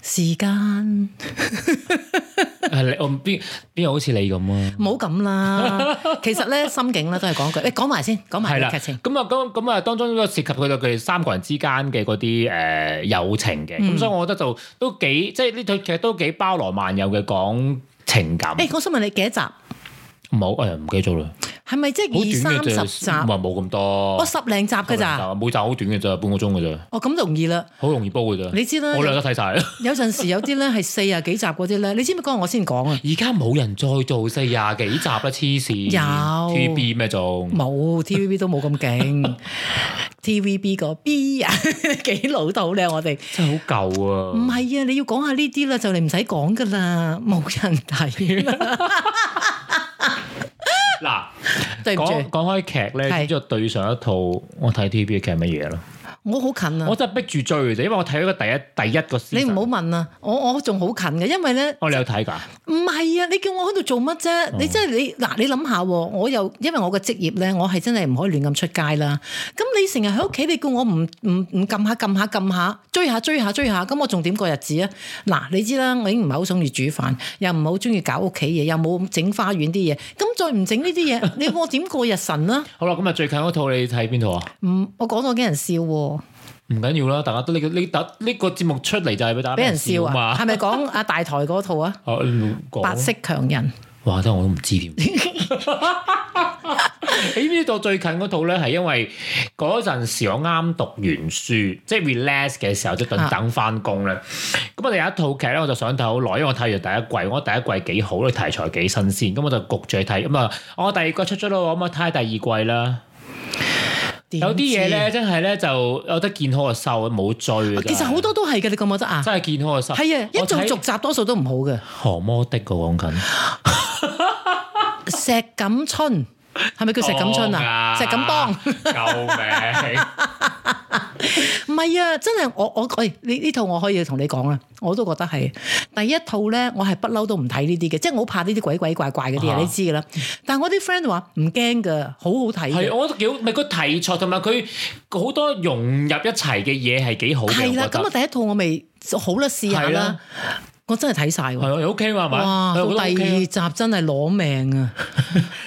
Speaker 3: 時間。
Speaker 2: 係 你我唔邊邊個好似你咁啊？
Speaker 3: 唔好咁啦，其實咧心境咧都係講句，你講埋先，講埋
Speaker 2: 係啦，
Speaker 3: 啲劇情。
Speaker 2: 咁啊，咁咁啊，當中都涉及佢哋佢哋三個人之間嘅嗰啲誒友情嘅，咁、
Speaker 3: 嗯
Speaker 2: 所以我覺得就都幾即係呢套劇都幾包羅萬有嘅講情感。
Speaker 3: 誒，我想問你幾多集？
Speaker 2: 唔好誒，唔記得咗啦，
Speaker 3: 係咪即
Speaker 2: 好短
Speaker 3: 係
Speaker 2: 嘅啫，唔
Speaker 3: 二三十集？
Speaker 2: 係冇咁多。
Speaker 3: 我十零集㗎咋？
Speaker 2: 每集好短嘅咋，半個鐘嘅咋，
Speaker 3: 哦，咁容易啦。
Speaker 2: 好容易煲嘅咋。
Speaker 3: 你知啦
Speaker 2: 我兩日睇晒啦。
Speaker 3: 有陣時有啲咧係四啊幾集嗰啲咧，你知唔知嗰日我先講啊？
Speaker 2: 而家冇人再做四廿幾集啦，黐線。
Speaker 3: 有
Speaker 2: TVB 咩仲？
Speaker 3: 冇 TVB 都冇 咁勁，TVB 個 B 啊， 幾老土咧我哋。
Speaker 2: 真係好舊
Speaker 3: 唔
Speaker 2: 啊！
Speaker 3: 係啊，你要講下呢啲啦，就你唔使講噶啦，冇人睇啦。
Speaker 2: 嗱，
Speaker 3: 對唔
Speaker 2: 講
Speaker 3: 住，
Speaker 2: 講開劇咧，
Speaker 3: 係
Speaker 2: 知唔知我對上一套我睇 TVB 嘅劇係乜嘢咯？
Speaker 3: 我好近啊
Speaker 2: 我。真係逼住追嘅啫，因為我睇咗個第一第一個 s
Speaker 3: 你唔好問啊，我我仲好近嘅，因為咧
Speaker 2: 哦，你有睇㗎？
Speaker 3: 唔係啊！你叫我喺度做乜啫？
Speaker 2: 哦
Speaker 3: 你真係你嗱，你諗下喎，我又因為我嘅職業咧，我係真係唔可以亂咁出街啦。咁你成日喺屋企，你叫我唔唔唔撳下撳下撳下，追下追下追下，咁我仲點過日子啊？嗱，你知啦，我已經唔係好中意煮飯，又唔係好中意搞屋企嘢，又冇整花園啲嘢，咁再唔整呢啲嘢， 你我點過日神啦？
Speaker 2: 好啦，咁啊最近嗰套你睇邊套啊？
Speaker 3: 唔，我講到驚人笑喎，
Speaker 2: 唔緊要啦，大家都呢個呢特呢個節目出嚟就係俾大家
Speaker 3: 俾人笑啊！
Speaker 2: 嘛
Speaker 3: 係。咪講 阿大台嗰套啊？
Speaker 2: 哦，講
Speaker 3: 白色強人。
Speaker 2: 哇！真係我都唔知 添。你知唔知道最近嗰套咧，係因為嗰陣時我啱讀完書，即係 relax 嘅時候，即係等
Speaker 3: 啊
Speaker 2: 等翻工咧。咁我哋有一套劇咧，我就想睇好耐，因為我睇完第一季，我覺得第一季幾好，啲題材幾新鮮，咁我就焗住去睇。咁啊，我第二季出咗咯，我咪睇下第二季啦。
Speaker 3: 嗯
Speaker 2: 有啲嘢咧，真係咧就有得見好就收，冇追嘅真係。
Speaker 3: 其實好多都係嘅，你覺唔覺得啊？
Speaker 2: 真係見好就收。
Speaker 3: 係啊，一
Speaker 2: 我
Speaker 3: 做
Speaker 2: 睇
Speaker 3: 續集多數都唔好嘅。
Speaker 2: 何魔的個講緊。
Speaker 3: 石錦春係咪
Speaker 2: 哦
Speaker 3: 叫石錦春啊？石錦幫
Speaker 2: 救命！
Speaker 3: 唔係啊！真係我我誒呢呢套我可以同你講啊，我都覺得係第一套咧，我係不嬲都唔睇呢啲嘅，即係我好怕呢啲鬼鬼怪怪嗰啲
Speaker 2: 啊
Speaker 3: 嘢，你知㗎啦。但係我啲 friend 話唔驚㗎，好好睇
Speaker 2: 係，
Speaker 3: 嘅。
Speaker 2: 我覺得幾好，唔係個題材同埋佢好多融入一齊嘅嘢係幾好嘅。
Speaker 3: 係啦，
Speaker 2: 我覺
Speaker 3: 咁
Speaker 2: 得
Speaker 3: 啊第一套我咪好啦，試下
Speaker 2: 係
Speaker 3: 啦
Speaker 2: 啦。
Speaker 3: 我真係睇晒喎，
Speaker 2: 係啊，OK 嘛係咪？
Speaker 3: 哇！到
Speaker 2: 我覺
Speaker 3: 第
Speaker 2: 得 OK 啊
Speaker 3: 二集真係攞 命啊！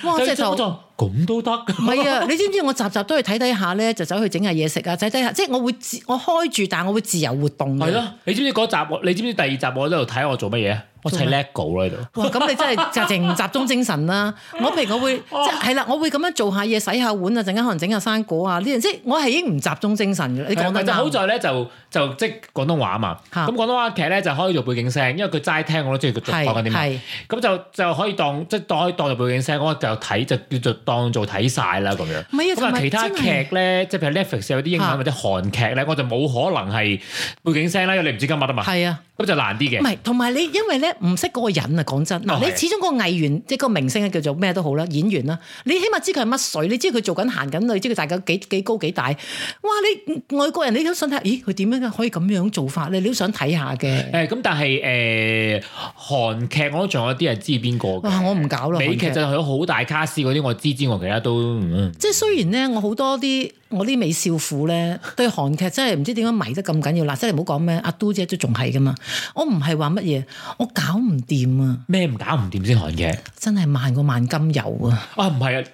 Speaker 3: 哇！即係就
Speaker 2: 就就咁都得，
Speaker 3: 唔係啊！你知唔知我集集都去睇睇下咧，就走去整下嘢食啊，睇睇下，即係我會自我開住，但係我會自由活動 嘅。
Speaker 2: 係咯。你知唔知嗰集我？你知唔知第二集我喺度睇我做乜嘢？啊我砌
Speaker 3: 做咩
Speaker 2: lego 啦喺度。
Speaker 3: 哇！咁你真係 就淨集中精神啦。我譬如 我會即
Speaker 2: 哦
Speaker 3: 係係啦，我會咁樣做下嘢，洗下碗啊，陣間可能整下生果啊，呢樣即係我係已經唔集中精神嘅。你講得
Speaker 2: 啊就好
Speaker 3: 啱。
Speaker 2: 在咧，就就即係廣東話嘛。
Speaker 3: 嚇
Speaker 2: 咁廣東話劇咧就可以做背景聲，因為佢齋聽我都知佢講緊啲咩。
Speaker 3: 係
Speaker 2: 咁就就可以當即係當可以當做背景聲，我就睇就叫做當做睇晒啦咁樣。
Speaker 3: 唔係
Speaker 2: 咁
Speaker 3: 啊同
Speaker 2: 啊，
Speaker 3: 埋
Speaker 2: 其他
Speaker 3: 真係
Speaker 2: 劇咧，即係譬如 Netflix 有啲英文
Speaker 3: 嚇
Speaker 2: 或者韓劇咧，我就冇可能係背景聲啦，因為你唔知今日啊嘛，
Speaker 3: 係啊，
Speaker 2: 咁就難啲
Speaker 3: 唔
Speaker 2: 嘅。
Speaker 3: 係同埋你因為咧唔識嗰個人啊，講真，嗱、
Speaker 2: 哦
Speaker 3: 你
Speaker 2: 係
Speaker 3: 始終嗰個藝員即係嗰個明星啊叫做咩都好啦，演員啦，你起碼知佢係乜水，你知佢做緊行緊路，你知佢大概幾幾高幾大。哇！你外國人你都想睇，咦？佢點樣可以咁樣做法咧？你都想睇下嘅。
Speaker 2: 誒咁，但係誒韓劇我都仲有啲係知邊個
Speaker 3: 哇！
Speaker 2: 嘅。
Speaker 3: 我唔搞啦，
Speaker 2: 美
Speaker 3: 韓
Speaker 2: 劇
Speaker 3: 劇
Speaker 2: 就有好大卡司嗰啲，我知之外，其他都嗯
Speaker 3: 即係雖然咧，我好多啲我啲美少婦咧，對韓劇真係唔知點樣迷得咁緊要。嗱，即係唔好講咩，阿嘟姐都仲係噶嘛。我唔係話乜嘢，我搞唔掂啊！
Speaker 2: 咩唔搞唔掂先韓劇
Speaker 3: 真係慢過萬金油啊！
Speaker 2: 啊？唔係啊，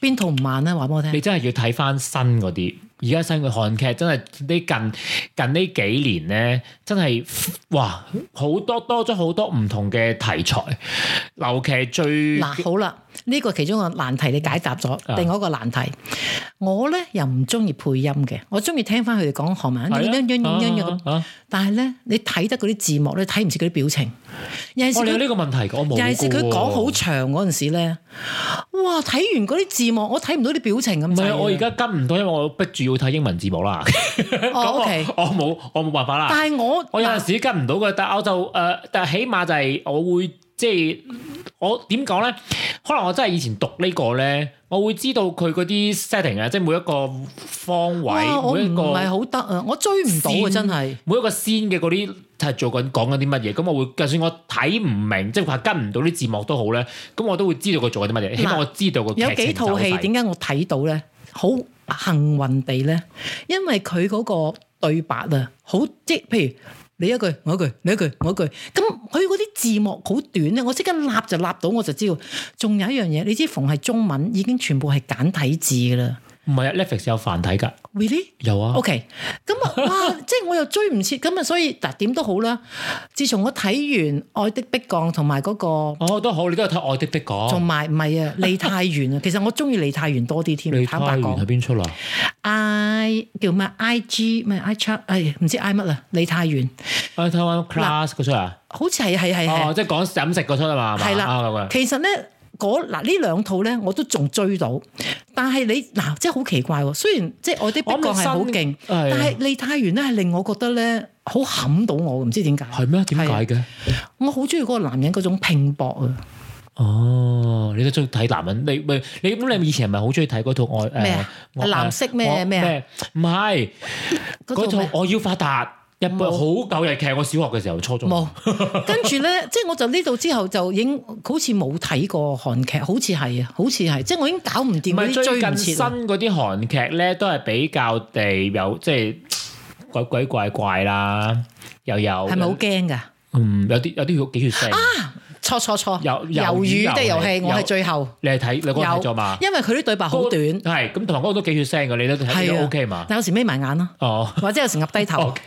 Speaker 3: 邊套唔慢咧？話俾我聽
Speaker 2: 你。真係要睇翻新嗰啲。而家新嘅韓劇真係呢近近呢幾年咧，真係哇好多多咗好多唔同嘅題材。尤其係最
Speaker 3: 嗱，好啦，呢、個其中個難題你解答咗，
Speaker 2: 啊
Speaker 3: 另外一個難題，我咧又唔中意配音嘅，我中意聽翻佢哋講韓文，
Speaker 2: 係啊
Speaker 3: 樣樣樣樣樣咁
Speaker 2: 啊啊啊
Speaker 3: 但係咧，你睇得嗰啲字幕咧，睇唔似嗰啲表情，有陣時
Speaker 2: 我哋有
Speaker 3: 佢
Speaker 2: 呢個問題㗎，我冇
Speaker 3: 尤
Speaker 2: 㗎喎。
Speaker 3: 其是佢講好長嗰陣時咧，哇！睇完嗰啲字幕，我睇唔到啲表情咁
Speaker 2: 唔
Speaker 3: 滯
Speaker 2: 係
Speaker 3: 啊。
Speaker 2: 啊，我而家跟唔到，因為我逼住要睇英文字幕啦。
Speaker 3: 哦
Speaker 2: 咁我
Speaker 3: ，OK，
Speaker 2: 我冇我冇辦法啦。
Speaker 3: 但係我
Speaker 2: 我有
Speaker 3: 嗱
Speaker 2: 陣時跟唔到嘅，但係我就誒、呃但係起碼就係我會即係我點講咧？可能我真係以前讀呢個咧，我會知道佢嗰啲 setting 啊，即係每一個方
Speaker 3: 哇我
Speaker 2: 位，每一
Speaker 3: 唔係
Speaker 2: 個
Speaker 3: 好得啊，我追唔到啊，
Speaker 2: 先
Speaker 3: 真係。
Speaker 2: 每一個先嘅嗰啲係做緊講緊啲乜嘢。咁我會就算我睇唔明，即係話跟唔到啲字幕都好咧，咁我都會知道佢做緊啲乜嘢。起
Speaker 3: 嗱
Speaker 2: 碼我知道個
Speaker 3: 有
Speaker 2: 劇
Speaker 3: 幾
Speaker 2: 情走
Speaker 3: 套戲
Speaker 2: 勢
Speaker 3: 點解我睇到咧？好幸運地咧，因為佢嗰個對白啊，好即係譬如你一句我一句，你一句我一句，咁佢嗰啲字幕好短啊咧，我即刻立就立到，我就知道。仲有一樣嘢，你知逢係中文已經全部係簡體字噶啦
Speaker 2: 唔係啊，Netflix 有繁體㗎，
Speaker 3: ，really？
Speaker 2: 有啊。
Speaker 3: O.K. 咁啊，哇！ 即係我又追唔切，咁啊，所以嗱點都好啦。自從我睇完《愛的迫降》同埋嗰個，
Speaker 2: 哦，都好，你都有睇《愛的迫降》。
Speaker 3: 同埋唔係啊，梨泰院啊，其實我中意梨泰院多啲添，
Speaker 2: 你
Speaker 3: 坦
Speaker 2: 太
Speaker 3: 白
Speaker 2: 原
Speaker 3: 講
Speaker 2: 喺。邊出啦？
Speaker 3: I 叫咩？I G 咩？I check，哎唔知 I 乜啦，李太元，
Speaker 2: 啊，睇翻 class 嗰出啊？
Speaker 3: 好似係係係
Speaker 2: 哦，
Speaker 3: 係
Speaker 2: 即係講飲食嗰出啊嘛，係嘛
Speaker 3: 係
Speaker 2: 啊咁
Speaker 3: 啦
Speaker 2: 啊。。
Speaker 3: 其實咧，嗰嗱呢兩套咧，我都仲追到，但係你嗱，即係好奇怪喎。雖然即係我啲
Speaker 2: 我
Speaker 3: 不覺係好勁，但係
Speaker 2: 係
Speaker 3: 李太元咧係令我覺得咧好冚到我，唔知點解。啊
Speaker 2: 係咩？點解嘅？
Speaker 3: 我好中意嗰個男人嗰種拼搏啊！
Speaker 2: 哦，你都中意睇男人？你咪你咁你以前係咪好中意睇嗰套愛誒
Speaker 3: 咩啊
Speaker 2: 我
Speaker 3: 藍色咩
Speaker 2: 我
Speaker 3: 咩啊？
Speaker 2: 唔係嗰套
Speaker 3: 咩
Speaker 2: 我要發達。日本
Speaker 3: 冇
Speaker 2: 好舊日劇，我小學嘅時候、初中
Speaker 3: 冇，跟住 咧，即係我就呢度之後就已經好似冇睇過韓劇，好似係啊，好似係，即係我已經搞唔掂
Speaker 2: 唔
Speaker 3: 嗰
Speaker 2: 係
Speaker 3: 啲追
Speaker 2: 最近
Speaker 3: 唔切啊
Speaker 2: 新
Speaker 3: 啦。
Speaker 2: 嗰啲韓劇咧，都係比較地有即係鬼鬼怪怪啦，又有
Speaker 3: 係咪好驚㗎？
Speaker 2: 嗯，有啲有啲幾血腥。
Speaker 3: 錯錯錯，
Speaker 2: 魷魷
Speaker 3: 魷魚
Speaker 2: 魚
Speaker 3: 的遊
Speaker 2: 遊
Speaker 3: 戲
Speaker 2: 戲
Speaker 3: 我係
Speaker 2: 有
Speaker 3: 最後
Speaker 2: 你係睇你嗰個睇咗嘛？
Speaker 3: 因為佢啲對白好短，
Speaker 2: 係咁，同埋嗰個都幾血腥嘅，你都睇
Speaker 3: 係啊
Speaker 2: 都 OK 嘛？
Speaker 3: 但有時眯埋眼咯，
Speaker 2: 哦。
Speaker 3: 或者有時岌低 頭
Speaker 2: OK，。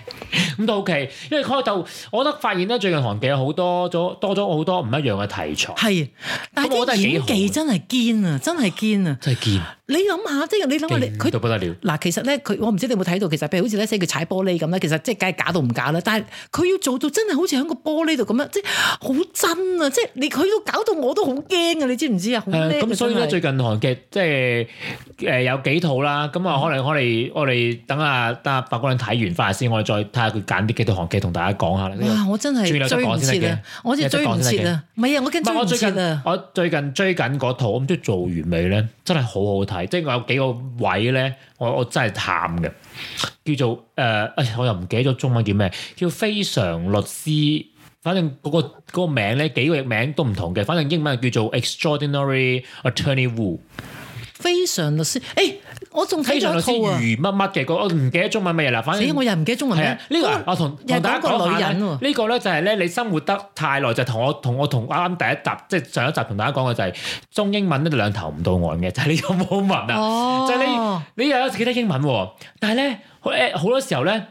Speaker 2: 咁都 OK，因為開頭我覺得發現咧，最近韓劇有好多咗多咗好多唔一樣嘅題材，
Speaker 3: 係，但係
Speaker 2: 咁我覺得
Speaker 3: 啲
Speaker 2: 係幾
Speaker 3: 演
Speaker 2: 好
Speaker 3: 技
Speaker 2: 嘅
Speaker 3: 真係堅啊，真係堅啊！
Speaker 2: 真係
Speaker 3: 你諗下，即係你諗下，你
Speaker 2: 堅
Speaker 3: 佢
Speaker 2: 勁到不得了。
Speaker 3: 嗱，其實咧，佢我唔知你有冇睇到，其實譬如好似咧，即係佢踩玻璃咁啦，其實即係梗係假到唔假啦，但係佢要做到真係好似喺個玻璃度咁樣，即係好真啊！即係你佢都搞到我都好驚啊！你知唔知啊？
Speaker 2: 誒
Speaker 3: 好叻啊
Speaker 2: 咁所以咧，
Speaker 3: 真係
Speaker 2: 最近韓劇即係誒有幾套啦，咁啊，可能我哋我哋等下等下白姑娘睇完翻嚟先，我哋再睇下佢揀啲幾套韓劇同大家講下啦。
Speaker 3: 哇！我真
Speaker 2: 最
Speaker 3: 係
Speaker 2: 有得
Speaker 3: 追唔
Speaker 2: 講先
Speaker 3: 切
Speaker 2: 得
Speaker 3: 啊
Speaker 2: 嘅！
Speaker 3: 我真係追
Speaker 2: 有
Speaker 3: 唔
Speaker 2: 得講先
Speaker 3: 切
Speaker 2: 得
Speaker 3: 啊！唔係啊，
Speaker 2: 唔
Speaker 3: 我驚
Speaker 2: 係
Speaker 3: 追
Speaker 2: 我
Speaker 3: 唔
Speaker 2: 最
Speaker 3: 切
Speaker 2: 近
Speaker 3: 啊！
Speaker 2: 我最近追緊嗰套，我唔知做完未咧，真係好好睇。即係我有幾個位咧，我我真係喊嘅，叫做誒、呃哎我又唔記得咗中文叫咩，叫非常律師。反正嗰、個嗰個名咧，幾個名都唔同嘅。反正英文叫做 Extraordinary Attorney Wu，
Speaker 3: 非常律師，誒，我仲睇
Speaker 2: 非常
Speaker 3: 咗
Speaker 2: 律
Speaker 3: 一
Speaker 2: 師
Speaker 3: 套啊！
Speaker 2: 余乜乜嘅，嗰我唔記得中文乜嘢啦。反
Speaker 3: 死
Speaker 2: 正
Speaker 3: 我又唔記得中文
Speaker 2: 係
Speaker 3: 名
Speaker 2: 啊，。呢個
Speaker 3: 嗰
Speaker 2: 啊我同
Speaker 3: 又
Speaker 2: 同
Speaker 3: 係
Speaker 2: 大家
Speaker 3: 講個
Speaker 2: 講
Speaker 3: 女
Speaker 2: 下
Speaker 3: 人
Speaker 2: 呢
Speaker 3: 喎
Speaker 2: 呢個咧就係咧，你生活得太耐就同我同我同啱啱第一集即係上一集同大家講嘅就係中英文咧兩頭唔到岸嘅，就係 呢個 moment 啊！
Speaker 3: 哦，
Speaker 2: 就係你又有幾得英文喎，但係咧好誒好多時候咧，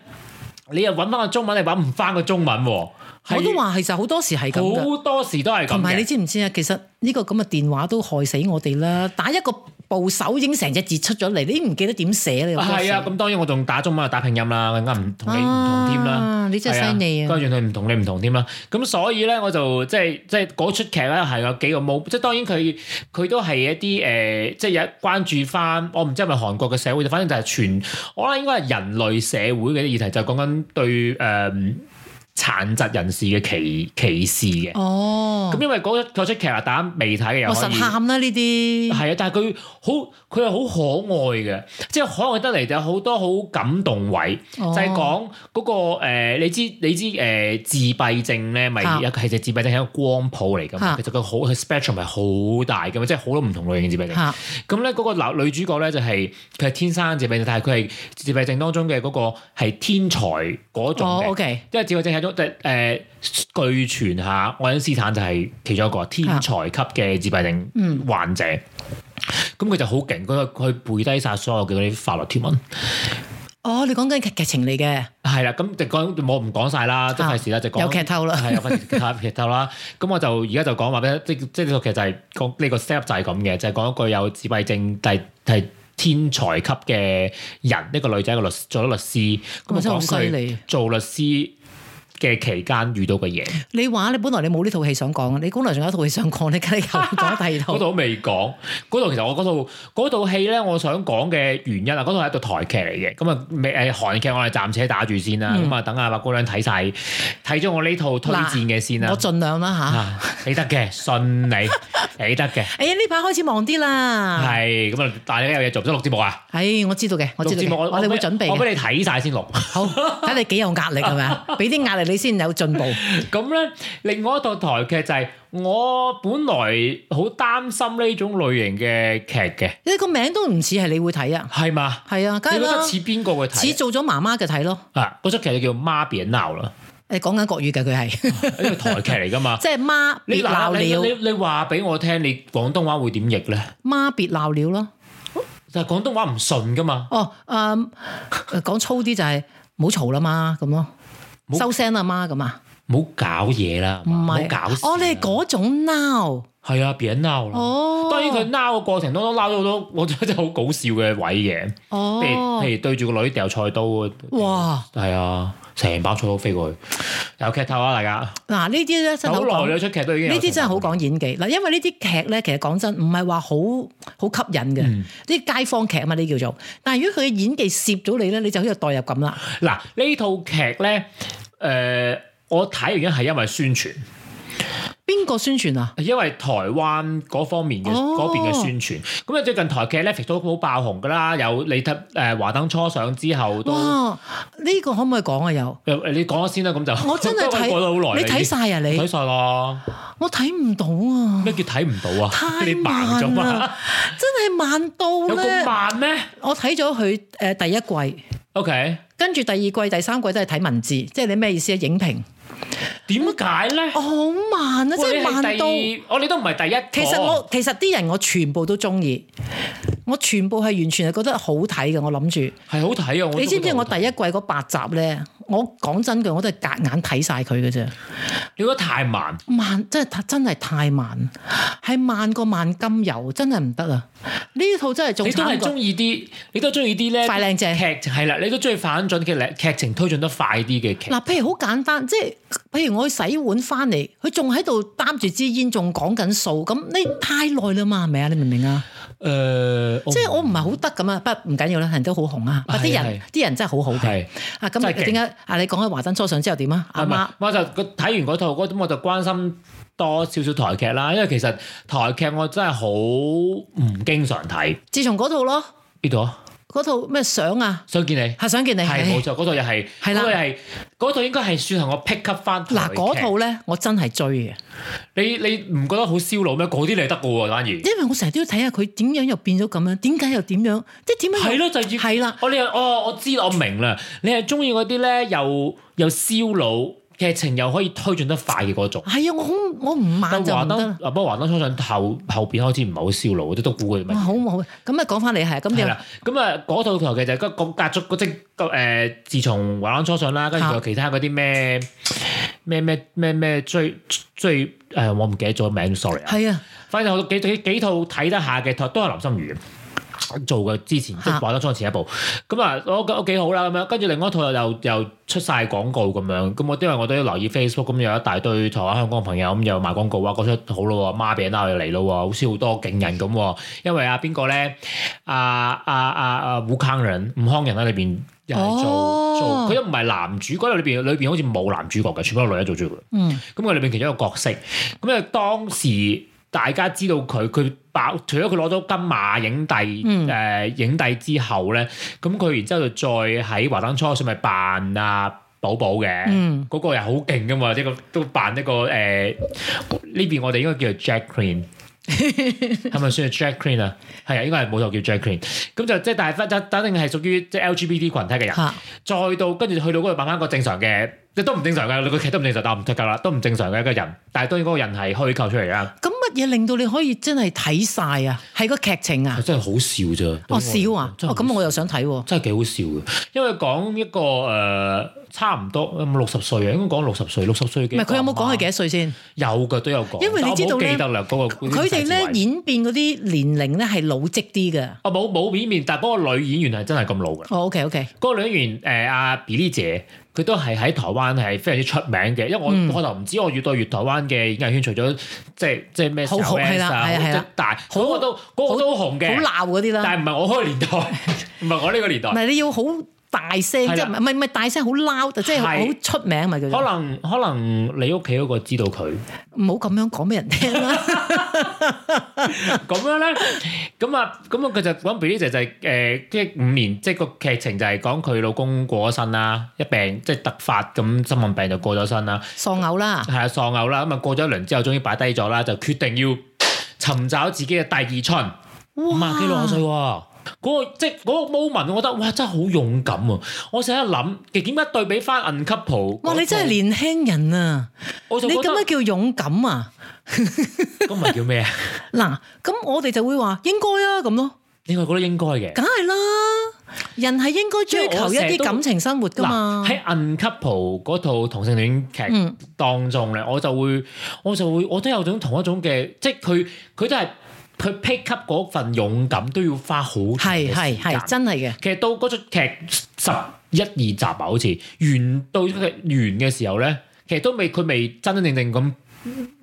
Speaker 2: 你又揾翻個中文，你揾唔翻個中文喎，
Speaker 3: 我都
Speaker 2: 係
Speaker 3: 話其實好多時係咁嘅。
Speaker 2: 好多時都係咁
Speaker 3: 同埋你
Speaker 2: 嘅。
Speaker 3: 知唔知啊？其實呢個咁嘅電話都害死我哋啦！打一個部手已經成隻字出咗嚟，你唔記得點寫咧？有好多時
Speaker 2: 係啊，咁當然我仲打中文又打拼音啦，更加唔同你唔同添啦。
Speaker 3: 啊你真係犀利
Speaker 2: 係
Speaker 3: 啊！
Speaker 2: 跟住佢唔同你唔同添啦。咁所以咧，我就即係即係嗰出劇咧係有幾個冇，即係當然佢佢都係一啲誒、呃即係有關注翻，我唔知係咪韓國嘅社會，反正就係全，我覺得應該係人類社會嘅啲議題，就係講緊對誒。殘疾人士嘅歧歧視嘅。
Speaker 3: 哦
Speaker 2: 咁，因為嗰嗰出劇啊，大家未睇嘅又
Speaker 3: 我
Speaker 2: 可
Speaker 3: 實
Speaker 2: 以。
Speaker 3: 喊啦呢啲，
Speaker 2: 係啊，但係佢好，佢係好可愛嘅，即係可愛得嚟就有好多好感動位，
Speaker 3: 哦
Speaker 2: 就係講嗰個、呃、你知你知誒、呃自閉症咧，咪
Speaker 3: 啊
Speaker 2: 有係隻自閉症係一個光譜嚟㗎嘛
Speaker 3: 啊，
Speaker 2: 其實佢好佢 spectrum 係好大㗎嘛，即係好多唔同類型嘅自閉症。
Speaker 3: 嚇
Speaker 2: 咁咧嗰個男女主角咧就係佢係天生自閉症，但係佢係自閉症當中嘅嗰個係天才嗰種
Speaker 3: 哦
Speaker 2: 嘅。
Speaker 3: ，OK，
Speaker 2: 因為自閉症係一種誒、呃、據傳下，愛因斯坦就係其中一
Speaker 3: 啊
Speaker 2: 個天才級嘅自閉
Speaker 3: 嗯
Speaker 2: 症患者。咁佢、就好勁，佢佢背低晒所有嘅嗰啲法律條文。
Speaker 3: 哦，你講緊劇劇情嚟嘅，
Speaker 2: 係啦，咁就講我唔講晒啦，即係費事啦，就講
Speaker 3: 啊有劇透啦
Speaker 2: 係有費事劇劇透啦。咁我就而家就講話俾你即即呢套劇就係講呢個 step 就係咁嘅，就係講一個有自閉症但係係天才級嘅人，一個女仔，一個律做咗律師，咁
Speaker 3: 哇
Speaker 2: 啊
Speaker 3: 真係好
Speaker 2: 講
Speaker 3: 犀
Speaker 2: 佢
Speaker 3: 利
Speaker 2: 做律師嘅期間遇到嘅嘢。
Speaker 3: 你話你本來你冇呢套戲想講，啊你本來仲有一套戲想講，你梗係又講第二
Speaker 2: 嗰
Speaker 3: 套
Speaker 2: 度，都未講，嗰度其實我嗰套嗰套戲咧，我想講嘅原因啊，嗰套係一套台劇嚟嘅，咁啊未誒韓劇我哋暫且打住先啦，咁啊、等阿白姑娘睇晒，睇咗我呢套推薦嘅先啊啦
Speaker 3: 我，盡量啦吓。
Speaker 2: 啊你得嘅，信你，你得嘅，
Speaker 3: 哎呀，呢排開始忙啲啦。
Speaker 2: 係咁啊，但係你有嘢做唔使錄節目啊？
Speaker 3: 係，我知道嘅，我
Speaker 2: 錄
Speaker 3: 知道
Speaker 2: 節目
Speaker 3: 嘅，我哋會
Speaker 2: 俾
Speaker 3: 準備
Speaker 2: 我
Speaker 3: 嘅。
Speaker 2: 俾你睇晒先錄。
Speaker 3: 好，睇你幾有壓力係咪啊？俾啲壓力你先有進步。
Speaker 2: 咁咧，另外一套台劇就係、我本來好擔心呢種類型嘅劇嘅，
Speaker 3: 你個名都唔似係你會睇啊？
Speaker 2: 係嘛？
Speaker 3: 係啊，梗
Speaker 2: 你
Speaker 3: 係
Speaker 2: 覺得
Speaker 3: 啦，
Speaker 2: 似邊個嘅睇啊？
Speaker 3: 似做咗媽媽嘅睇咯。
Speaker 2: 啊！嗰出劇就叫《媽別鬧》 啦，
Speaker 3: 誒講緊國語嘅佢 係，
Speaker 2: 因為台劇嚟噶嘛。
Speaker 3: 即係媽
Speaker 2: 你
Speaker 3: 別
Speaker 2: 嗱
Speaker 3: 鬧
Speaker 2: 你
Speaker 3: 了，
Speaker 2: 你你話俾我聽，你廣東話會點譯咧？
Speaker 3: 媽別鬧了咯。
Speaker 2: 但係廣東話唔順噶嘛，
Speaker 3: 哦，誒講粗啲就係唔好嘈啦媽咁咯，
Speaker 2: 冇
Speaker 3: 收聲啦媽咁啊，
Speaker 2: 唔好搞嘢啦，
Speaker 3: 唔
Speaker 2: 唔好
Speaker 3: 係
Speaker 2: 搞事啊啦。
Speaker 3: 哦，你係嗰種鬧
Speaker 2: 係啊，別鬧啦。
Speaker 3: 哦，
Speaker 2: 當然佢鬧嘅過程當中鬧咗好多， 我覺得真係好搞笑嘅位嘅，譬如
Speaker 3: 哦
Speaker 2: 譬如對住個女掉菜刀啊，
Speaker 3: 哇
Speaker 2: 係啊，成把菜刀飛過去，有劇透啊，大家。
Speaker 3: 嗱呢啲咧真係好
Speaker 2: 好耐
Speaker 3: 講
Speaker 2: 啦，出劇都已經有
Speaker 3: 呢啲真係好
Speaker 2: 劇透
Speaker 3: 講演技嗱，因為呢啲劇咧，其實講真唔係話好好吸引嘅，
Speaker 2: 嗯
Speaker 3: 呢啲街坊劇啊嘛，呢叫做。但係如果佢嘅演技攝咗你咧，你就好有代入感啦。
Speaker 2: 嗱，呢套劇咧，誒，我睇原因係因為宣傳。
Speaker 3: 邊個宣傳啊？
Speaker 2: 因為台灣嗰方面嘅
Speaker 3: 哦
Speaker 2: 嗰邊嘅宣傳，咁啊最近台劇 Netflix 都好爆紅噶啦，有你睇誒華燈初上之後都，
Speaker 3: 哇！呢個可唔可以講啊？又
Speaker 2: 誒你講咗先啦，咁就
Speaker 3: 我 真係睇
Speaker 2: 過咗好耐啦，
Speaker 3: 你睇晒啊
Speaker 2: 已經睇
Speaker 3: 你？
Speaker 2: 晒啦，
Speaker 3: 我睇唔到啊！
Speaker 2: 咩叫睇唔到啊？
Speaker 3: 太
Speaker 2: 你盲咗
Speaker 3: 慢
Speaker 2: 嘛？
Speaker 3: 啦，真係慢到
Speaker 2: 有咁
Speaker 3: 咧！
Speaker 2: 慢咩
Speaker 3: 我睇咗佢誒第一季，
Speaker 2: ？OK，
Speaker 3: 跟住第二季、第三季都係睇文字，即係你咩意思啊？影評
Speaker 2: 點解咧？
Speaker 3: 好慢啊，真
Speaker 2: 喂你
Speaker 3: 係
Speaker 2: 係
Speaker 3: 慢到〜
Speaker 2: 第二，哦我你都唔係第一個。
Speaker 3: 其實我其實啲人我全部都中意，我全部係完全係覺得好睇嘅。我諗住，
Speaker 2: 係好睇啊！我
Speaker 3: 你知唔知我
Speaker 2: 第
Speaker 3: 第一季嗰八集咧？我講真句，我都係隔眼睇晒佢嘅啫。
Speaker 2: 你覺得太慢，
Speaker 3: 慢真係真係太慢，係慢過慢金油，真係唔得啊！呢套真係仲
Speaker 2: 你都
Speaker 3: 慘
Speaker 2: 係
Speaker 3: 過
Speaker 2: 中意啲，你都中意啲咧
Speaker 3: 快靚正。
Speaker 2: 劇係啦，你都中意反轉嘅劇情推進得快啲嘅劇。
Speaker 3: 嗱，譬如好簡單，即係譬如我去洗碗翻嚟，佢仲喺度擔住支煙，仲講緊數，咁你太耐啦嘛，係咪啊？你明唔明啊？
Speaker 2: 誒，
Speaker 3: 即係我唔係好得咁啊，不唔緊要啦，人都好紅啊，不過啲
Speaker 2: 係
Speaker 3: 人啲人真係好好嘅。
Speaker 2: 係。
Speaker 3: 啊，咁
Speaker 2: 真係勁
Speaker 3: 點解啊？你講開華燈初上之後點啊？阿
Speaker 2: 係咪
Speaker 3: 媽？
Speaker 2: 我就個睇完嗰套嗰咁，我就關心多少少台劇啦。因為其實台劇我真係好唔經常睇
Speaker 3: 自從嗰套咯，
Speaker 2: 呢度啊，
Speaker 3: 嗰套咩相啊，
Speaker 2: 想見你
Speaker 3: 係想見你
Speaker 2: 係
Speaker 3: 唉
Speaker 2: 冇錯，嗰套又係
Speaker 3: 係
Speaker 2: 嗰
Speaker 3: 啦
Speaker 2: 套又係嗰套應該係算係我 pick up 翻
Speaker 3: 嗱，嗰套咧我真係追嘅，
Speaker 2: 你你唔覺得好燒腦咩？嗰啲你得嘅喎，反而
Speaker 3: 因為我成日都要睇下佢點樣又變咗咁樣，點解又點樣，即係點樣又
Speaker 2: 係咯，就要
Speaker 3: 係啦，
Speaker 2: 我你哦，我知我明啦，你係中意嗰啲咧又又燒腦劇情又可以推進得快嘅嗰種。
Speaker 3: 係啊！我好我唔慢
Speaker 2: 但
Speaker 3: 就
Speaker 2: 華
Speaker 3: 唔得
Speaker 2: 燈
Speaker 3: 啦，
Speaker 2: 啊，不過華燈初上後後邊開始唔係好燒腦，都都估佢咪
Speaker 3: 哇好好咁啊！講翻你係咁
Speaker 2: 係
Speaker 3: 點啊？
Speaker 2: 啦，咁啊嗰套台劇就係咁隔咗嗰即誒，自從《華燈初上》啦，跟住仲有其他嗰啲咩咩咩咩咩追追誒、我唔記得咗名，sorry 啊。
Speaker 3: 係啊，
Speaker 2: 反正我幾幾幾套睇得下嘅台都係林心如做嘅，之前即係《
Speaker 3: 嚇
Speaker 2: 華燈初上》前一部。咁啊，我覺得幾好啦咁樣，跟住另外一套又又出晒廣告咁樣。咁我因為我都要留意 Facebook，咁有一大堆台灣香港嘅朋友咁又賣廣告啊，嗰出好咯喎，媽餅啦又嚟咯喎，好似好多勁人啊咁喎。因為啊邊個咧？啊啊啊啊！吳康人、吳康人喺裏邊又係做、
Speaker 3: 哦
Speaker 2: 做，佢又唔係男主角，裏邊裏邊好似冇男主角嘅，全部都係女人做主角。
Speaker 3: 嗯，
Speaker 2: 咁佢裏面其中一個角色，咁啊當時大家知道佢佢爆，除咗佢攞到金馬影帝誒、
Speaker 3: 嗯
Speaker 2: 影帝之後咧，咁佢然之後就再喺華燈初上咪扮啊寶寶嘅，嗰、
Speaker 3: 嗯
Speaker 2: 個又好勁噶嘛，即係個都扮一個誒呢、邊我哋應該叫做 Jack Green。係咪算係 Jack Green 啊？係啊，應該係冇就叫 Jack Green。咁就即係但係但但定係屬於即係 LGBT 群體嘅人。
Speaker 3: 嚇，
Speaker 2: 再到跟住去到嗰度慢慢個正常嘅，即係都唔正常嘅，個劇都唔正常，但係唔出格啦，都唔正常嘅一個人。但係當然嗰個人係虛構出嚟啦，
Speaker 3: 咁乜嘢令到你可以真係睇晒啊？係個劇情啊
Speaker 2: 係？真係好笑咋？
Speaker 3: 哦，笑啊！
Speaker 2: 真係
Speaker 3: 哦，咁我又想睇喎。
Speaker 2: 真係幾好笑嘅，因為講一個誒、呃差唔多有冇六十歲啊，應該講六十歲，六十歲嘅
Speaker 3: 唔
Speaker 2: 一個阿媽。
Speaker 3: 係佢有冇講佢幾多歲先？
Speaker 2: 有嘅都有講，
Speaker 3: 因為你知道
Speaker 2: 但我冇
Speaker 3: 咧
Speaker 2: 記得啦嗰、個
Speaker 3: 佢哋咧
Speaker 2: 演
Speaker 3: 演變嗰啲年齡咧係老積啲嘅。
Speaker 2: 啊冇冇片面，但係嗰個女演員係真係咁老嘅。
Speaker 3: 哦，OK OK，
Speaker 2: 嗰個女演員誒阿 Billy 姐，佢都係喺台灣係非常之出名嘅，因為我
Speaker 3: 嗯
Speaker 2: 我就唔知我越對越台灣嘅演藝圈，除咗即係即係咩
Speaker 3: 好紅
Speaker 2: Sarah
Speaker 3: 係啦
Speaker 2: Vance 啊
Speaker 3: 係啊係啦
Speaker 2: 好但係嗰個都嗰個都紅
Speaker 3: 好啊
Speaker 2: 嘅，
Speaker 3: 鬧嗰啲啦。
Speaker 2: 但係唔係我嗰個年代，唔係我呢個年代
Speaker 3: 唔。係你要好大聲，
Speaker 2: 係啦
Speaker 3: 即係唔係唔係唔係大聲，好 loud，即係
Speaker 2: 係
Speaker 3: 好出名咪叫
Speaker 2: 可
Speaker 3: 做。
Speaker 2: 能可能你屋企嗰個知道佢
Speaker 3: 唔好咁樣講俾人 聽啦。
Speaker 2: 咁樣咧，咁啊咁啊佢就講 Billy 姐就係誒即係五年，即係個劇情就係講佢老公過咗身啦，一病即係突發咁心臟病就過咗身啦。
Speaker 3: 喪偶啦，
Speaker 2: 係啊，喪偶啦，咁啊過咗一輪之後，終於擺低咗啦，就啊決定要尋找自己嘅第二春。五廿幾六十歲喎，嗰、個即係嗰個 moment，我覺得哇真係好勇敢啊！我成日諗，其實點解對比翻 Uncouple？
Speaker 3: 哇！你真係年輕人啊，
Speaker 2: 我就
Speaker 3: 你
Speaker 2: 覺
Speaker 3: 咁樣
Speaker 2: 得
Speaker 3: 叫勇敢啊！
Speaker 2: 咁咪叫 咩啊？
Speaker 3: 嗱，咁我哋就會話應該啊，咁咯，
Speaker 2: 你係覺得應該嘅。
Speaker 3: 梗係啦，人係應該追求一啲感情生活噶
Speaker 2: 嗱
Speaker 3: 嘛。
Speaker 2: 喺 Uncouple 嗰套同性戀劇
Speaker 3: 啊嗯
Speaker 2: 當中咧，我就會我就會我都有種同一種嘅，即係佢佢都係佢 pick up 嗰份勇敢都要花好長嘅
Speaker 3: 係係
Speaker 2: 時間
Speaker 3: 係，真係嘅。
Speaker 2: 其實到嗰出劇十一二集吧，好似完到佢完嘅時候咧，其實都未佢未真真正正咁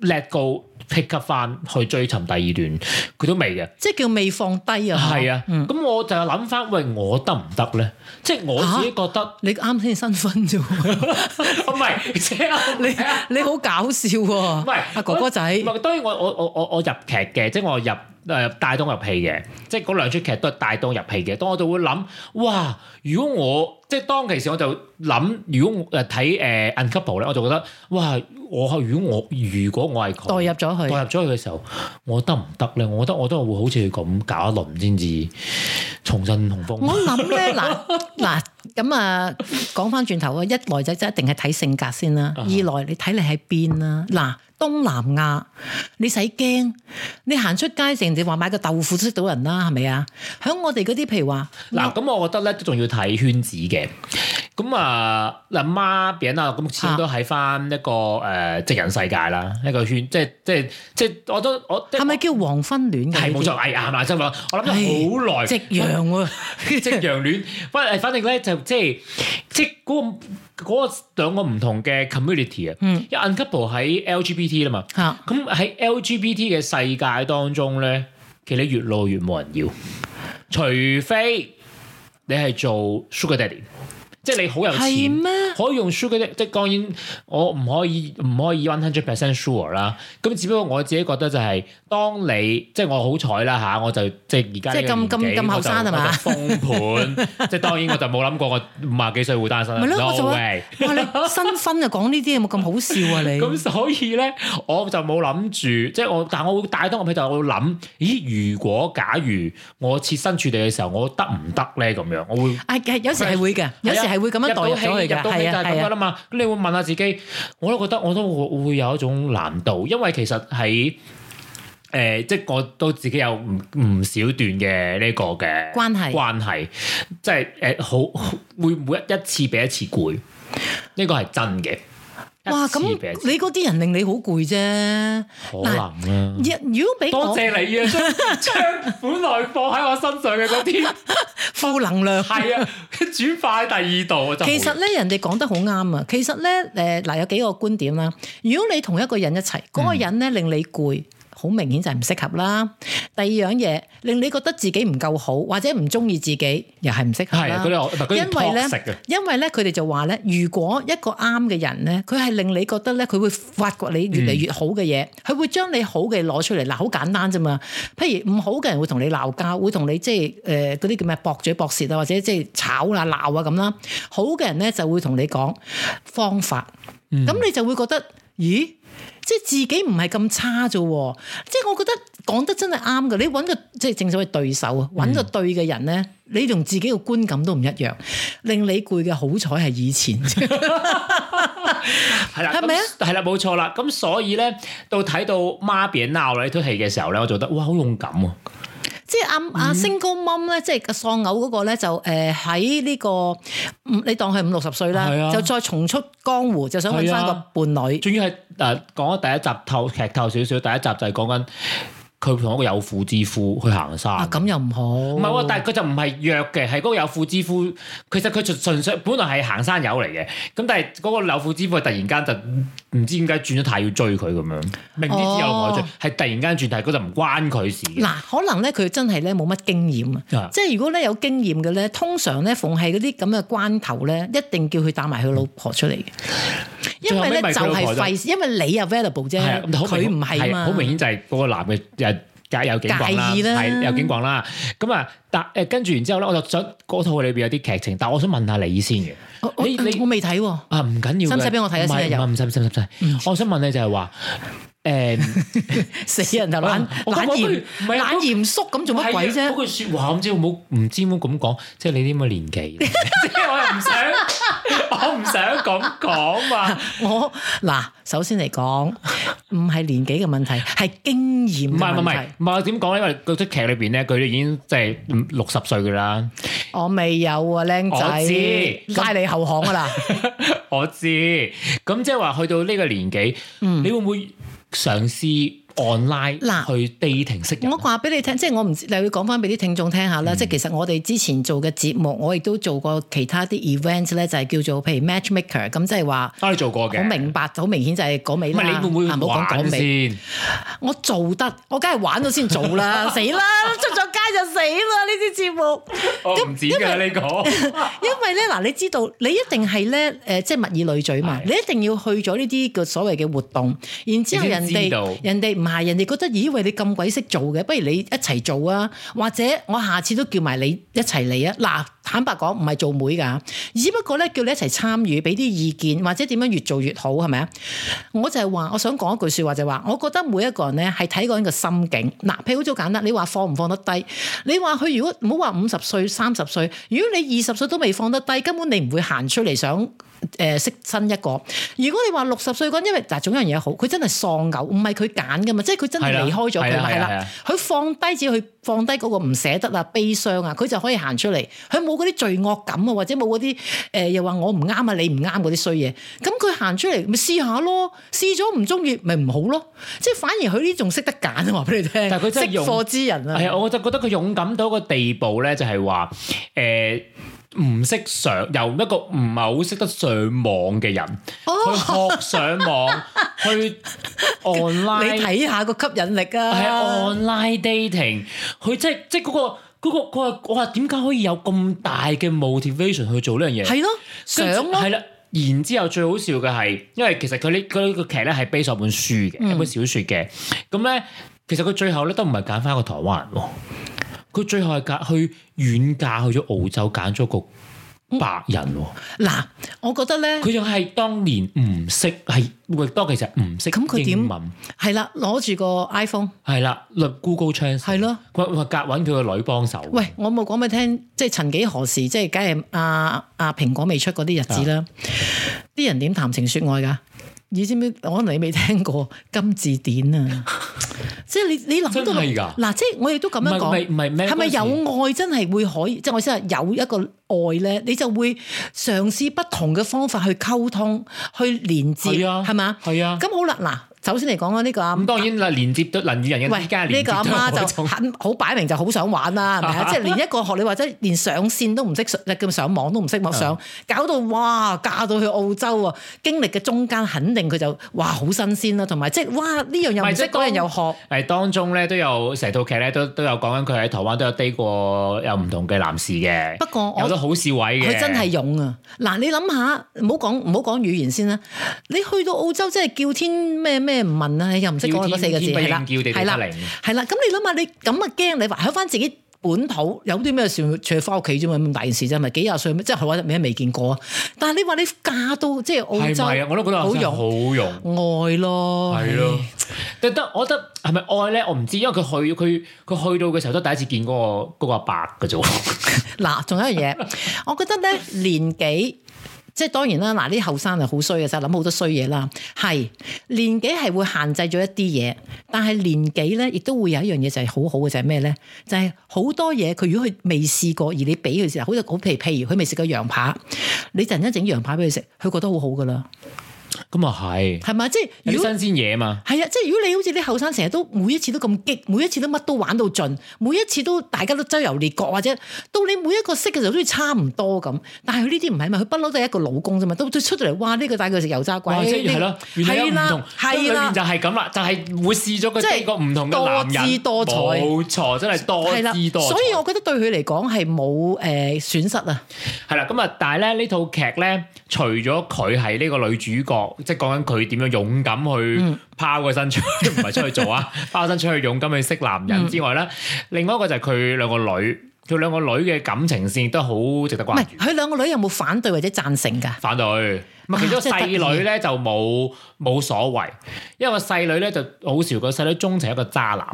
Speaker 2: let go pick up 翻去追尋第二段，佢都未嘅。
Speaker 3: 即係叫未放低啊！
Speaker 2: 係啊，
Speaker 3: 嗯
Speaker 2: 咁、我就諗翻，喂，我得唔得咧？即係我
Speaker 3: 啊
Speaker 2: 自己覺 得，
Speaker 3: 你啱先新婚啫喎，
Speaker 2: 唔係即係啊
Speaker 3: 你你好搞笑喎！
Speaker 2: 唔係
Speaker 3: 阿啊哥哥仔，
Speaker 2: 唔係當然我我我我我入劇嘅，即係我入誒、呃、帶動入戲嘅，即係嗰兩出劇都係帶動入戲嘅。當我就會諗，哇！如果我即係當其時我就諗，如果我誒呃睇誒 Uncouple 咧，我就覺得，哇！我如果我如果我係佢
Speaker 3: 代入咗佢
Speaker 2: 代入咗佢嘅時候，我得唔得咧？我覺得我都係會好似佢咁搞一輪先至重振雄風。
Speaker 3: 我諗咧， 嗱嗱咁啊，講翻轉頭啊，一來就真係一定係睇性格先啦，
Speaker 2: 啊
Speaker 3: 二
Speaker 2: 哈
Speaker 3: 來你睇你喺邊啦。嗱，東南亞你使驚，你行出街成日話買個豆腐都識到人啦，係咪啊？響我哋嗰啲譬如話，
Speaker 2: 嗱，咁我覺得咧都仲要睇圈子嘅。咁啊，嗱媽餅啊，咁始終都喺翻一個誒、呃、直人世界啦，一個圈，即係即係即係，我都我
Speaker 3: 係咪叫黃昏戀嘅？
Speaker 2: 係冇錯，係係嘛，真係我諗咗好耐，
Speaker 3: 夕陽喎，
Speaker 2: 夕陽戀，反誒，反正咧就即係即係嗰、個嗰、個兩個唔同嘅 community 啊，
Speaker 3: 嗯
Speaker 2: 因為 uncouple 喺 LGBT 啦嘛，
Speaker 3: 嚇
Speaker 2: 咁喺 LGBT 嘅世界當中咧，其實你越老越冇人要，除非你係做 sugar daddy，即係你好有
Speaker 3: 係
Speaker 2: 錢。
Speaker 3: 咩？
Speaker 2: 可以用 sugar daddy，即係當然我唔可以唔可以 one hundred percent sure 啦。咁只不過我自己覺得就係、當你即係我好彩啦吓，我就即係而家
Speaker 3: 即係咁
Speaker 2: 呢個年紀
Speaker 3: 咁咁後生係
Speaker 2: 我
Speaker 3: 嘛
Speaker 2: 就我就封 盤，即係當然我就冇諗過我五廿幾歲會單身啦。
Speaker 3: 咪咯，我就
Speaker 2: No
Speaker 3: 話
Speaker 2: way！
Speaker 3: 哇！你新婚就講呢啲有冇咁好笑啊？你
Speaker 2: 咁所以咧，我就冇諗住，即係我，但我會帶當我喺度，我會諗，咦？如果假如我設身處地嘅時候，我得唔得咧？咁樣，我會啊
Speaker 3: 啊，係有時係會嘅，有時係會咁樣代入
Speaker 2: 入到
Speaker 3: 咗
Speaker 2: 戲
Speaker 3: 去嘅，
Speaker 2: 入到戲
Speaker 3: 係
Speaker 2: 就
Speaker 3: 啊
Speaker 2: 係
Speaker 3: 係
Speaker 2: 咁
Speaker 3: 啊
Speaker 2: 噶。啦嘛。咁你會問下自己，我都覺得我都會會有一種難度，因為其實喺誒、即係我都自己有唔唔少段嘅呢個嘅
Speaker 3: 關係
Speaker 2: 關係，即係誒好好會每一次比一次攰，呢個係真嘅。一
Speaker 3: 哇！
Speaker 2: 次
Speaker 3: 咁
Speaker 2: 比一次
Speaker 3: 你嗰啲人令你好攰啫。
Speaker 2: 可能啊啦、
Speaker 3: 若如果
Speaker 2: 嗯
Speaker 3: 俾
Speaker 2: 多
Speaker 3: 我
Speaker 2: 謝你啊，將 將本來放喺我身上嘅嗰啲，
Speaker 3: 負能量，
Speaker 2: 係啊，轉化喺第二度啊，就
Speaker 3: 其實咧人哋講得好啱啊。其實咧誒嗱，有幾個觀點
Speaker 2: 嗯
Speaker 3: 啦。如果你同一個人一齊，嗰、個人咧令你攰。好明顯就係唔適合啦，第二樣嘢令你覺得自己唔夠好，或者唔中意自己，又係唔適合
Speaker 2: 係啊
Speaker 3: 啦
Speaker 2: 嗰。啲我唔係嗰啲
Speaker 3: 因為咧
Speaker 2: toxic 嘅，
Speaker 3: 因為咧，佢哋就話咧，如果一個啱嘅人咧，佢係令你覺得咧，佢會發掘你越嚟越好嘅嘢，
Speaker 2: 嗯
Speaker 3: 佢、會將你好嘅攞出嚟。嗱，好簡單啫嘛。譬如唔好嘅人會同你鬧交，會同你即係誒呃嗰啲叫咩駁嘴駁舌啊，或者即係吵啊鬧啊咁啦。好嘅人咧就會同你講方法，咁、
Speaker 2: 嗯
Speaker 3: 你就會覺得，咦？即係自己唔係咁差啫喎，即係我覺得講得真係啱嘅。你揾個即係正所謂對手啊，
Speaker 2: 嗯
Speaker 3: 揾個對嘅人咧，你同自己嘅觀感都唔一樣，令你攰嘅好彩係以前。
Speaker 2: 係啦，
Speaker 3: 係咪啊
Speaker 2: 咁？係啦，冇錯啦。咁所以咧，到睇到媽扁鬧你出戲嘅時候咧，我就覺得哇，好勇敢啊喎！
Speaker 3: 即係阿
Speaker 2: 嗯
Speaker 3: 阿星高冧咧，即係個喪偶嗰個咧，就誒喺呢個五你當佢五六十歲
Speaker 2: 係
Speaker 3: 啦，
Speaker 2: 啊
Speaker 3: 就再重出江湖，就想揾翻個
Speaker 2: 係啊
Speaker 3: 伴侶。
Speaker 2: 仲要係誒講咗第一集透劇透少少，第一集就係講緊佢同一個有婦之夫去行山。
Speaker 3: 啊，咁又唔好。
Speaker 2: 唔
Speaker 3: 唔
Speaker 2: 係喎，但係佢就唔係弱嘅，係嗰個有婦之夫。其實佢純純粹本來係行山友嚟嘅，咁但係嗰個有婦之夫係突然間就唔知點解轉咗態要追佢咁樣，明知自己有老婆追
Speaker 3: 哦，
Speaker 2: 係、突然間轉態，嗰就唔關佢事嘅。
Speaker 3: 嗱，可能咧佢真係咧冇乜經驗啊
Speaker 2: 啊，
Speaker 3: 即係如果咧有經驗嘅咧，通常咧逢係嗰啲咁嘅關頭咧，一定叫佢帶埋佢老婆出嚟嘅，因為咧就
Speaker 2: 嗯最後尾咪佢老
Speaker 3: 係
Speaker 2: 婆啫
Speaker 3: 費事，因為你 available 啫
Speaker 2: 係啊，，咁好
Speaker 3: 佢唔
Speaker 2: 明
Speaker 3: 係嘛，
Speaker 2: 好明顯就係嗰個男嘅誒。介有警棍啦，
Speaker 3: 介意啦
Speaker 2: 係有警棍啦。咁啊，但誒跟住然之後咧，我就想嗰套裏邊有啲劇情，但我想問下你先嘅。
Speaker 3: 我我
Speaker 2: 你你
Speaker 3: 我未睇喎，
Speaker 2: 啊，唔緊要嘅。
Speaker 3: 使唔使俾我睇啊
Speaker 2: 唔係
Speaker 3: 先啊又
Speaker 2: 唔係唔使唔使唔使。我想問你就係話誒。
Speaker 3: 死人就啊懶
Speaker 2: 我覺得
Speaker 3: 懶
Speaker 2: 我
Speaker 3: 嚴
Speaker 2: 不如唔係啊
Speaker 3: 懶嚴肅咁做乜鬼
Speaker 2: 係啊
Speaker 3: 啫？
Speaker 2: 嗰句説話，唔知有冇唔知有冇咁講，即係你啲咁嘅年 紀，即係我又唔想，我唔想咁 講嘛。
Speaker 3: 我嗱，首先嚟講，唔係年紀嘅問題，係經驗
Speaker 2: 唔
Speaker 3: 嘅
Speaker 2: 係唔係唔
Speaker 3: 問
Speaker 2: 係
Speaker 3: 題。，
Speaker 2: 唔係我點講咧？因為嗰出劇裏邊咧，佢已經即係六十歲噶啦。
Speaker 3: 我未有啊，僆
Speaker 2: 我
Speaker 3: 仔，
Speaker 2: 知
Speaker 3: 拉你後巷噶啦。
Speaker 2: 我知，咁即係話去到呢個年紀，你會唔會嘗試 online
Speaker 3: 嗱
Speaker 2: 去 dating 識人
Speaker 3: 我？話俾你聽，即係我唔知，你要講翻俾啲聽眾聽下啦。
Speaker 2: 嗯
Speaker 3: 即係其實我哋之前做嘅節目，我亦都做過其他啲 event 咧，就係叫做譬如 matchmaker，咁即係話
Speaker 2: 我哋做過嘅，
Speaker 3: 好明白，好明顯就係嗰尾
Speaker 2: 唔
Speaker 3: 啦。
Speaker 2: 係你會唔會
Speaker 3: 啊唔好講
Speaker 2: 玩
Speaker 3: 嗰尾，
Speaker 2: 先？
Speaker 3: 我做得，我梗係玩咗先做 啦，死啦，出咗街就死啦呢啲節目。
Speaker 2: 我唔止㗎呢個，
Speaker 3: 因為咧嗱，你知道你一定係咧誒，即係物以類聚嘛，
Speaker 2: 係
Speaker 3: 你一定要去咗呢啲嘅所謂嘅活動，然之後
Speaker 2: 你先
Speaker 3: 人
Speaker 2: 知道
Speaker 3: 哋人哋唔係人哋覺得，咦喂你咁鬼識做嘅，不如你一齊做啊，或者我下次都叫埋你一齊嚟啊！嗱，坦白講唔係做妹㗎，只不過咧叫你一齊參與，俾啲意見或者點樣越做越好係咪啊？我就係話，我想講一句説話就係話，我覺得每一個人咧係睇個人嘅心境。嗱，譬如好似好簡單，你話放唔放得低？你話佢如果唔好話五十歲、三十歲，如果你二十歲都未放得低，根本你唔會行出嚟想誒、呃、識新一個。如果你話六十歲嗰陣，因為嗱，總有樣嘢好，佢真係喪偶，唔係佢揀噶嘛，即係佢真係
Speaker 2: 係啦
Speaker 3: 離開咗佢嘛，
Speaker 2: 係
Speaker 3: 係
Speaker 2: 啦係啦
Speaker 3: 啦。佢放低只要佢放低嗰個唔捨得啊、悲傷啊，佢就可以行出嚟。佢冇嗰啲罪惡感啊，或者冇嗰啲誒又話我唔啱啊、你唔啱嗰啲衰嘢。咁佢行出嚟咪試下咯，試咗唔中意咪唔好咯。即係反而佢呢仲識得揀啊！話俾你聽，
Speaker 2: 但係佢真係
Speaker 3: 識
Speaker 2: 用
Speaker 3: 貨之人啊！
Speaker 2: 係啊，我就覺得佢勇敢到一個地步咧，就係話誒唔識上，由一個唔係好識得上網嘅人，去學上 網，去 online
Speaker 3: 你睇下個吸引力
Speaker 2: 啊係
Speaker 3: 啊！
Speaker 2: online dating，佢即係即係嗰個嗰個嗰個，我話點解可以有咁大嘅 motivation 去做呢樣嘢？
Speaker 3: 係咯，
Speaker 2: 跟住
Speaker 3: 想咯
Speaker 2: 係，啦。然之後最好笑嘅係，因為其實佢呢佢呢個劇咧係 base 上本書嘅、
Speaker 3: 嗯
Speaker 2: 一本小説嘅，咁咧其實佢最後咧都唔係揀翻一個台灣人喎，佢最後係揀去遠嫁去咗澳洲揀咗個白人喎，
Speaker 3: 嗱，我覺得咧。
Speaker 2: 佢仲係當年唔識係當其實唔識
Speaker 3: 咁佢點
Speaker 2: 英文，
Speaker 3: 係啦，攞住個 iPhone，
Speaker 2: 係啦，律 Google Trans
Speaker 3: 係咯。
Speaker 2: 佢佢夾揾佢個女幫手。
Speaker 3: 喂，我冇講俾你聽，即係曾幾何時，即係梗係阿阿蘋果未出嗰啲日子
Speaker 2: 啊
Speaker 3: 啦，啲人點談情説愛㗎？你知唔知？可能你未聽過金字典啊！即係你你諗到
Speaker 2: 真係㗎
Speaker 3: 嗱，即係我亦都咁樣
Speaker 2: 唔係
Speaker 3: 講，
Speaker 2: 唔係唔係咩
Speaker 3: 係咪
Speaker 2: 嗰陣時
Speaker 3: 有愛真係會可以？即係我先係有一個愛咧，你就會嘗試不同嘅方法去溝通、去連接，
Speaker 2: 係啊
Speaker 3: 係嘛？
Speaker 2: 係啊
Speaker 3: 咁好啦，嗱。首先嚟講啊，呢個阿
Speaker 2: 咁當然啦，連接到人與人嘅
Speaker 3: 喂，
Speaker 2: 之間連接
Speaker 3: 呢個
Speaker 2: 都
Speaker 3: 阿
Speaker 2: 係好重
Speaker 3: 媽就
Speaker 2: 要
Speaker 3: 很好擺明就好想 玩啦，係咪啊？即係連一個學你話齋，連上線都唔識上，叫上網都唔識上，
Speaker 2: 嗯
Speaker 3: 搞到哇嫁到去澳洲啊！經歷嘅中間肯定佢就哇好新鮮啦，同埋即係哇呢樣又
Speaker 2: 唔係
Speaker 3: 唔
Speaker 2: 即
Speaker 3: 識，
Speaker 2: 係當
Speaker 3: 嗰樣又學。
Speaker 2: 誒當中咧都有成套劇咧都都有講緊佢喺台灣都有 date 過有唔同嘅男士嘅，
Speaker 3: 不過我
Speaker 2: 有得好示位嘅，
Speaker 3: 佢真係勇啊！嗱，你諗下，唔好講唔好講語言先啦。你去到澳洲真係叫天咩咩唔問啊，你又唔識講嗰四個字
Speaker 2: 叫天
Speaker 3: 係啦，
Speaker 2: 天不應叫地地
Speaker 3: 係啦
Speaker 2: 不靈，
Speaker 3: 係啦。咁你諗下，你咁啊驚，你話喺翻自己本土有啲咩事，除翻屋企啫嘛，咁大件事啫咪幾廿歲咩？即係我咩未見過啊！但係你話你嫁到即係澳
Speaker 2: 係咪啊？
Speaker 3: 洲，
Speaker 2: 我都覺得
Speaker 3: 好
Speaker 2: 好
Speaker 3: 勇
Speaker 2: 用，好用。
Speaker 3: 愛咯，
Speaker 2: 係咯，但得我覺得係咪愛咧？我唔知，因為佢去佢佢去到嘅時候都第一次見嗰、個嗰、個阿伯嘅啫喎。
Speaker 3: 嗱，仲有一樣嘢，我覺得咧年紀。即係當然啦，嗱啲後生係好衰嘅，就諗好多衰嘢啦。係年紀係會限制咗一啲嘢，但係年紀咧亦都會有一樣嘢就係好好嘅，就係咩咧？就係、好多嘢佢如果佢未試過，而你俾佢食，好似好譬如譬如佢未食過羊扒，你突然間整羊扒俾佢食，佢覺得好好噶啦，
Speaker 2: 咁啊係，
Speaker 3: 係咪？即係
Speaker 2: 有
Speaker 3: 如果
Speaker 2: 啲新鮮嘢嘛。
Speaker 3: 係啊，即係如果你好似啲後生成日都每一次都咁激，每一次都乜都玩到盡，每一次都大家都周遊列國，或者到你每一個識嘅時候都差唔多咁。但係佢呢啲唔係嘛，佢不嬲都係一個老公啫嘛，到到出到嚟，哇！呢、個帶佢食油炸鬼，
Speaker 2: 哇！即係
Speaker 3: 呢
Speaker 2: 係咯，原來有唔同，
Speaker 3: 係
Speaker 2: 裏面
Speaker 3: 啦
Speaker 2: 就。係咁啦，就係會試咗佢
Speaker 3: 即係
Speaker 2: 幾個唔同嘅男人，
Speaker 3: 多姿多彩
Speaker 2: 冇錯，真係多
Speaker 3: 係啦，
Speaker 2: 姿多彩。
Speaker 3: 所以我覺得對佢嚟講係冇誒損失啊，
Speaker 2: 係啦，咁啊，但係咧呢套劇咧，除咗佢係呢個女主角，即係講緊佢點樣勇敢去
Speaker 3: 嗯
Speaker 2: 拋個身出 去，唔係出去做啊，拋個身出去勇敢去識男人之外咧，
Speaker 3: 嗯
Speaker 2: 另外一個就係佢兩個女，佢兩個女嘅感情線都好值得
Speaker 3: 唔
Speaker 2: 關
Speaker 3: 係
Speaker 2: 注。
Speaker 3: 佢兩個女有冇反對或者贊成㗎？
Speaker 2: 反對，唔係
Speaker 3: 啊
Speaker 2: 其中
Speaker 3: 真係
Speaker 2: 細
Speaker 3: 得意
Speaker 2: 女咧就冇冇所謂，因為個細女咧就好少個細女鍾情一個渣男。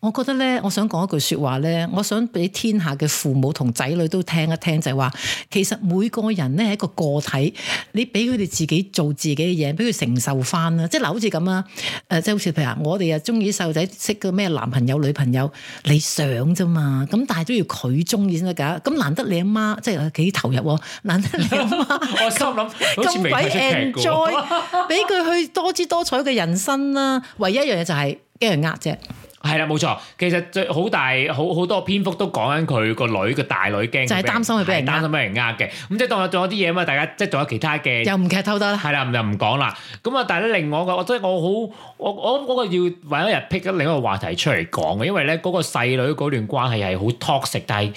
Speaker 3: 我覺得咧，我想講一句説話咧，我想俾天下嘅父母同仔女都聽一聽，就係話，其實每個人咧係一個個體，你俾佢哋自己做自己嘅嘢，俾佢承受翻啦。即係嗱，好似咁啊，誒、即係好似譬如話我哋啊，中意啲細路仔識個咩男朋友、女朋友，你想啫嘛，咁但係都要佢中意先得㗎。咁難得你阿媽即係啊幾投入喎， 難得你阿媽。
Speaker 2: 我心諗 好似
Speaker 3: 咁
Speaker 2: 未
Speaker 3: 鬼
Speaker 2: 睇出劇嘅喎
Speaker 3: enjoy，俾佢去多姿多彩嘅人生啦。唯一一樣嘢就係驚人呃 啫。
Speaker 2: 係啦，冇錯。其實最好大好好多篇幅都講緊佢個女個大女驚，
Speaker 3: 就係擔心佢俾人
Speaker 2: 係
Speaker 3: 呃
Speaker 2: 擔心俾人呃嘅。咁即係當有仲有啲嘢嘛，大家即係仲有其他嘅
Speaker 3: 又唔劇透得啦。
Speaker 2: 係啦，唔就唔講啦。咁啊，但係咧，另外一個，我即係我好，我我嗰個要揾一日 pick 咗另一個話題出嚟講嘅，因為咧嗰個細女嗰段關係係好 toxic，但係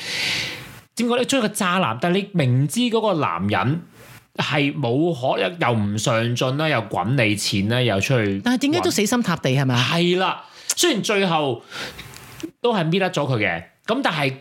Speaker 2: 點講咧？追個渣男，但係你明知嗰個男人係冇可又唔上進啦，又滾你錢啦，又出去，
Speaker 3: 但係點解都死心塌地係咪 啊？
Speaker 2: 係啦，雖然最後都係搣甩咗佢嘅，咁但係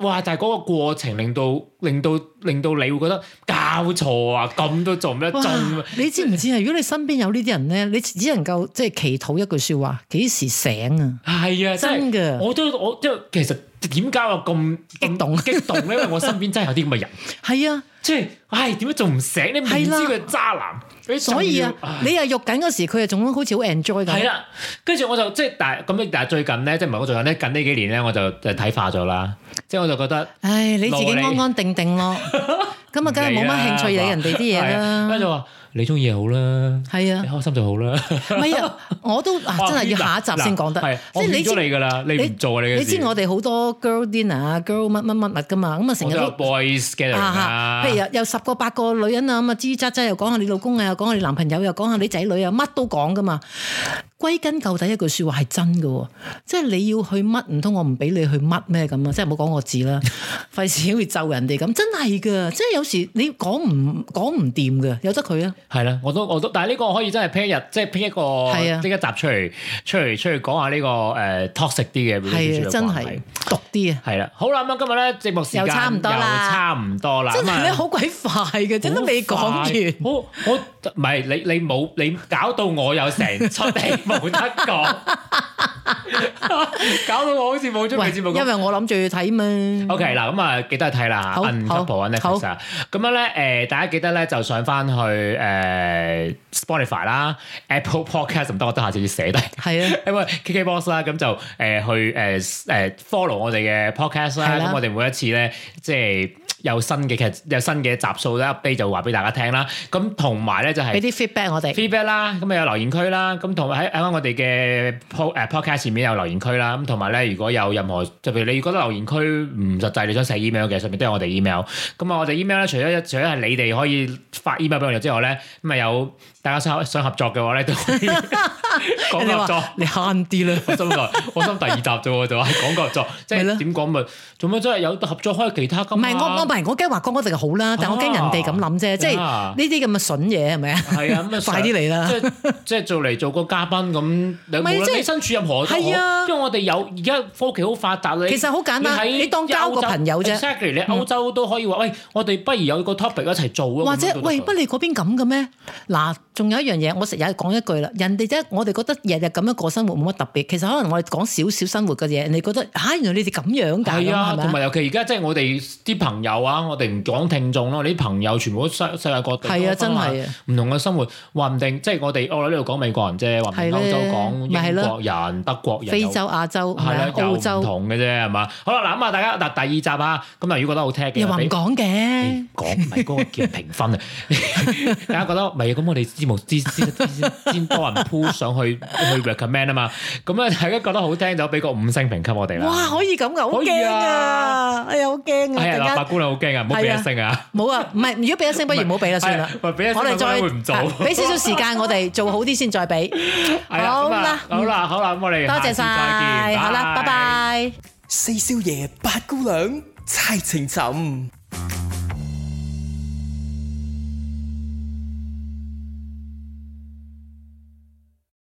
Speaker 2: 哇，但係嗰個過程令到令到令到你會覺得搞錯啊，咁都做唔得
Speaker 3: 哇
Speaker 2: 中啊。！
Speaker 3: 你知唔知啊？如果你身邊有呢啲人咧，你只能夠即係祈禱一句說話：幾時醒啊？
Speaker 2: 係啊，
Speaker 3: 真
Speaker 2: 係
Speaker 3: 嘅
Speaker 2: 我都我即係其實點解我咁
Speaker 3: 激動啊
Speaker 2: 咁激動咧？ 因為我身邊真係有啲咁嘅人，
Speaker 3: 係啊，
Speaker 2: 即係唉點解仲唔醒？你明知
Speaker 3: 係啦
Speaker 2: 佢係渣男，你仲
Speaker 3: 所以
Speaker 2: 要
Speaker 3: 啊
Speaker 2: 唉，
Speaker 3: 你又肉緊嗰時，佢又仲好似好 enjoy
Speaker 2: 係啊
Speaker 3: 咁。
Speaker 2: 啦，跟住我就即係但係咁，但係最近咧，即係唔係我最近咧，近呢幾年咧，我就就睇化咗啦，即係我就覺得。
Speaker 3: 唉，你自己
Speaker 2: 勞你
Speaker 3: 安安定 定咯，咁啊，梗係冇乜興趣理人哋啲嘢
Speaker 2: 係啊跟
Speaker 3: 啦。
Speaker 2: 住話你中意就好啦，
Speaker 3: 係啊
Speaker 2: 你，開心就好啦。
Speaker 3: 唔係啊，我 都
Speaker 2: 哦
Speaker 3: 啊真係要下一集先講得
Speaker 2: 係，，
Speaker 3: 即
Speaker 2: 我
Speaker 3: 係
Speaker 2: 勸
Speaker 3: 你知
Speaker 2: 咗你噶啦，你唔做啊你嘅
Speaker 3: 你
Speaker 2: 事
Speaker 3: 知我哋好多 girl dinner 啊，girl 乜乜乜乜噶嘛，咁啊成
Speaker 2: 我
Speaker 3: 日
Speaker 2: 都
Speaker 3: 都
Speaker 2: 有 boys gathering
Speaker 3: 啊
Speaker 2: 啦，
Speaker 3: 譬如有有十個八個女人啊，咁啊吱吱喳喳又講下你老公啊，又講下你男朋友，又講下你仔女啊，乜都講噶嘛。歸根究底一句説話係真嘅喎，即係你要去乜，唔通我唔俾你去乜咩咁啊？即係唔好講我字 啦，費事會咒人哋咁，真係嘅。即係有時你講唔講唔掂嘅，由得佢啊。
Speaker 2: 係啦，我都我都，但係呢個可以真係 pick 一日，即係 pick 一個
Speaker 3: 係啊
Speaker 2: 呢一集出嚟，出嚟出嚟講下呢個誒 toxic 啲嘅
Speaker 3: 係
Speaker 2: relationship
Speaker 3: 啊，真
Speaker 2: 關係
Speaker 3: 係毒啲啊，
Speaker 2: 係啦，好啦，咁啊今日咧節目時間
Speaker 3: 又差唔多啦
Speaker 2: 又差唔多啦，
Speaker 3: 真
Speaker 2: 咁啊
Speaker 3: 係咧好鬼快嘅，真都未講
Speaker 2: 好快
Speaker 3: 完。
Speaker 2: 我我唔係你你冇你搞到我有成出 戲冇得講，搞到我好似冇咗
Speaker 3: 喂，
Speaker 2: 你節目咁
Speaker 3: 因。為我諗住要睇嘛。
Speaker 2: OK 嗱，咁啊記得去睇啦嚇
Speaker 3: 好
Speaker 2: ，Uncouple 啊
Speaker 3: 好
Speaker 2: Netflix 啊，咁樣咧誒，大家記得咧就上翻去誒 Spotify 啦、Apple Podcast 唔得，我得下次要寫低。
Speaker 3: 係啊。
Speaker 2: 因為 KKBox 啦，咁就呃誒去誒誒 follow 呃我哋嘅 podcast 啦，
Speaker 3: 係啦
Speaker 2: 咁我哋每一次咧即係有新嘅劇有新嘅集數咧 update 就話俾大家聽啦。咁同埋咧就係、
Speaker 3: 俾啲 feedback 我哋。
Speaker 2: feedback 啦，咁有留言區啦，咁同埋喺喺我哋嘅 po 誒 podcast 前面有留言區啦，咁同埋咧，如果有任何特別你覺得留言區唔實際，你想寫 email 嘅，上面都有我哋 email。咁啊，我哋 email 咧，除咗除咗係你哋可以發 email 俾我哋之外咧，咁啊有大家想想合作嘅話咧，都可以
Speaker 3: 你
Speaker 2: 講合作
Speaker 3: 話。你慳啲啦。
Speaker 2: 我心內，我心第二集啫喎，就話 講合作，即
Speaker 3: 咪咯
Speaker 2: 係點講咪做乜？真係有合作開其他咁啊
Speaker 3: 唔係我我唔係我梗係話講嗰隻好啦，但我驚人哋咁諗啫，即係
Speaker 2: 啊
Speaker 3: 呢啲咁嘅筍嘢係咪啊？
Speaker 2: 係啊，咁啊
Speaker 3: 快啲嚟啦
Speaker 2: 即係即係做嚟做個嘉賓咁，你無
Speaker 3: 咪即係
Speaker 2: 論你身處任何都好，
Speaker 3: 係啊
Speaker 2: 因為我哋有而家科技好發達咧。
Speaker 3: 其實好簡單，
Speaker 2: 喺
Speaker 3: 你當交個朋友啫。嗯
Speaker 2: Exactly，你歐洲都可以話，喂，我哋不如有個 topic 一齊做啊，
Speaker 3: 或
Speaker 2: 咁
Speaker 3: 者
Speaker 2: 都得
Speaker 3: 喂，
Speaker 2: 㗎
Speaker 3: 乜你嗰邊咁嘅咩？嗱，仲有一樣嘢，我成日講一句啦，人哋即係我哋覺得日日咁樣過生活冇乜特別，其實可能我哋講少少生活嘅嘢，人哋覺得嚇、原來你哋咁樣㗎，
Speaker 2: 係啊，
Speaker 3: 咁係
Speaker 2: 同
Speaker 3: 咪
Speaker 2: 埋尤其而家即係我哋啲朋友啊，我哋唔講聽眾咯，你啲朋友全部都世世界各地
Speaker 3: 係啊
Speaker 2: 都分
Speaker 3: 真
Speaker 2: 下
Speaker 3: 係啊
Speaker 2: 唔同嘅生活，話唔定即係我哋我哋呢度講美國人啫，話唔定
Speaker 3: 係
Speaker 2: 歐
Speaker 3: 咧
Speaker 2: 洲講
Speaker 3: 咪係咯
Speaker 2: 英國人、德國人
Speaker 3: 非
Speaker 2: 又
Speaker 3: 洲、亞洲、
Speaker 2: 係啦，
Speaker 3: 澳
Speaker 2: 又唔
Speaker 3: 洲，
Speaker 2: 同嘅啫，係嘛？好啦，嗱咁啊，大家嗱第二集啊，咁啊，如果覺得好聽嘅，
Speaker 3: 又話唔
Speaker 2: 俾
Speaker 3: 講嘅
Speaker 2: 你。講唔係嗰個叫評分 啊！大家覺得唔係咁，我哋節目先先先先多人 push 上去去 recommend 啊嘛。咁啊，大家覺得好聽就俾個五星評級我哋
Speaker 3: 哇，
Speaker 2: 啦。
Speaker 3: 可以咁㗎，好
Speaker 2: 可以
Speaker 3: 驚啊
Speaker 2: 啊！
Speaker 3: 哎呀，好驚啊！
Speaker 2: 係
Speaker 3: 突
Speaker 2: 啊，
Speaker 3: 然
Speaker 2: 白
Speaker 3: 間
Speaker 2: 姑娘好驚啊，唔好俾一星啊！
Speaker 3: 冇啊，唔係，如果俾一聲，不如唔好俾啦，算啦
Speaker 2: 係啊。喂俾一聲
Speaker 3: 我哋
Speaker 2: 我
Speaker 3: 再
Speaker 2: 覺得會唔做
Speaker 3: 啊俾少少時間我哋做好啲先，再俾。
Speaker 2: 係啊
Speaker 3: 好
Speaker 2: 咁
Speaker 3: 啦
Speaker 2: 啊，好啦，好啦，咁我哋
Speaker 3: 多
Speaker 2: 下
Speaker 3: 謝
Speaker 2: 次再
Speaker 3: 晒，
Speaker 2: 見
Speaker 3: 好啦，拜。拜。
Speaker 1: 四少爺八姑娘猜情尋。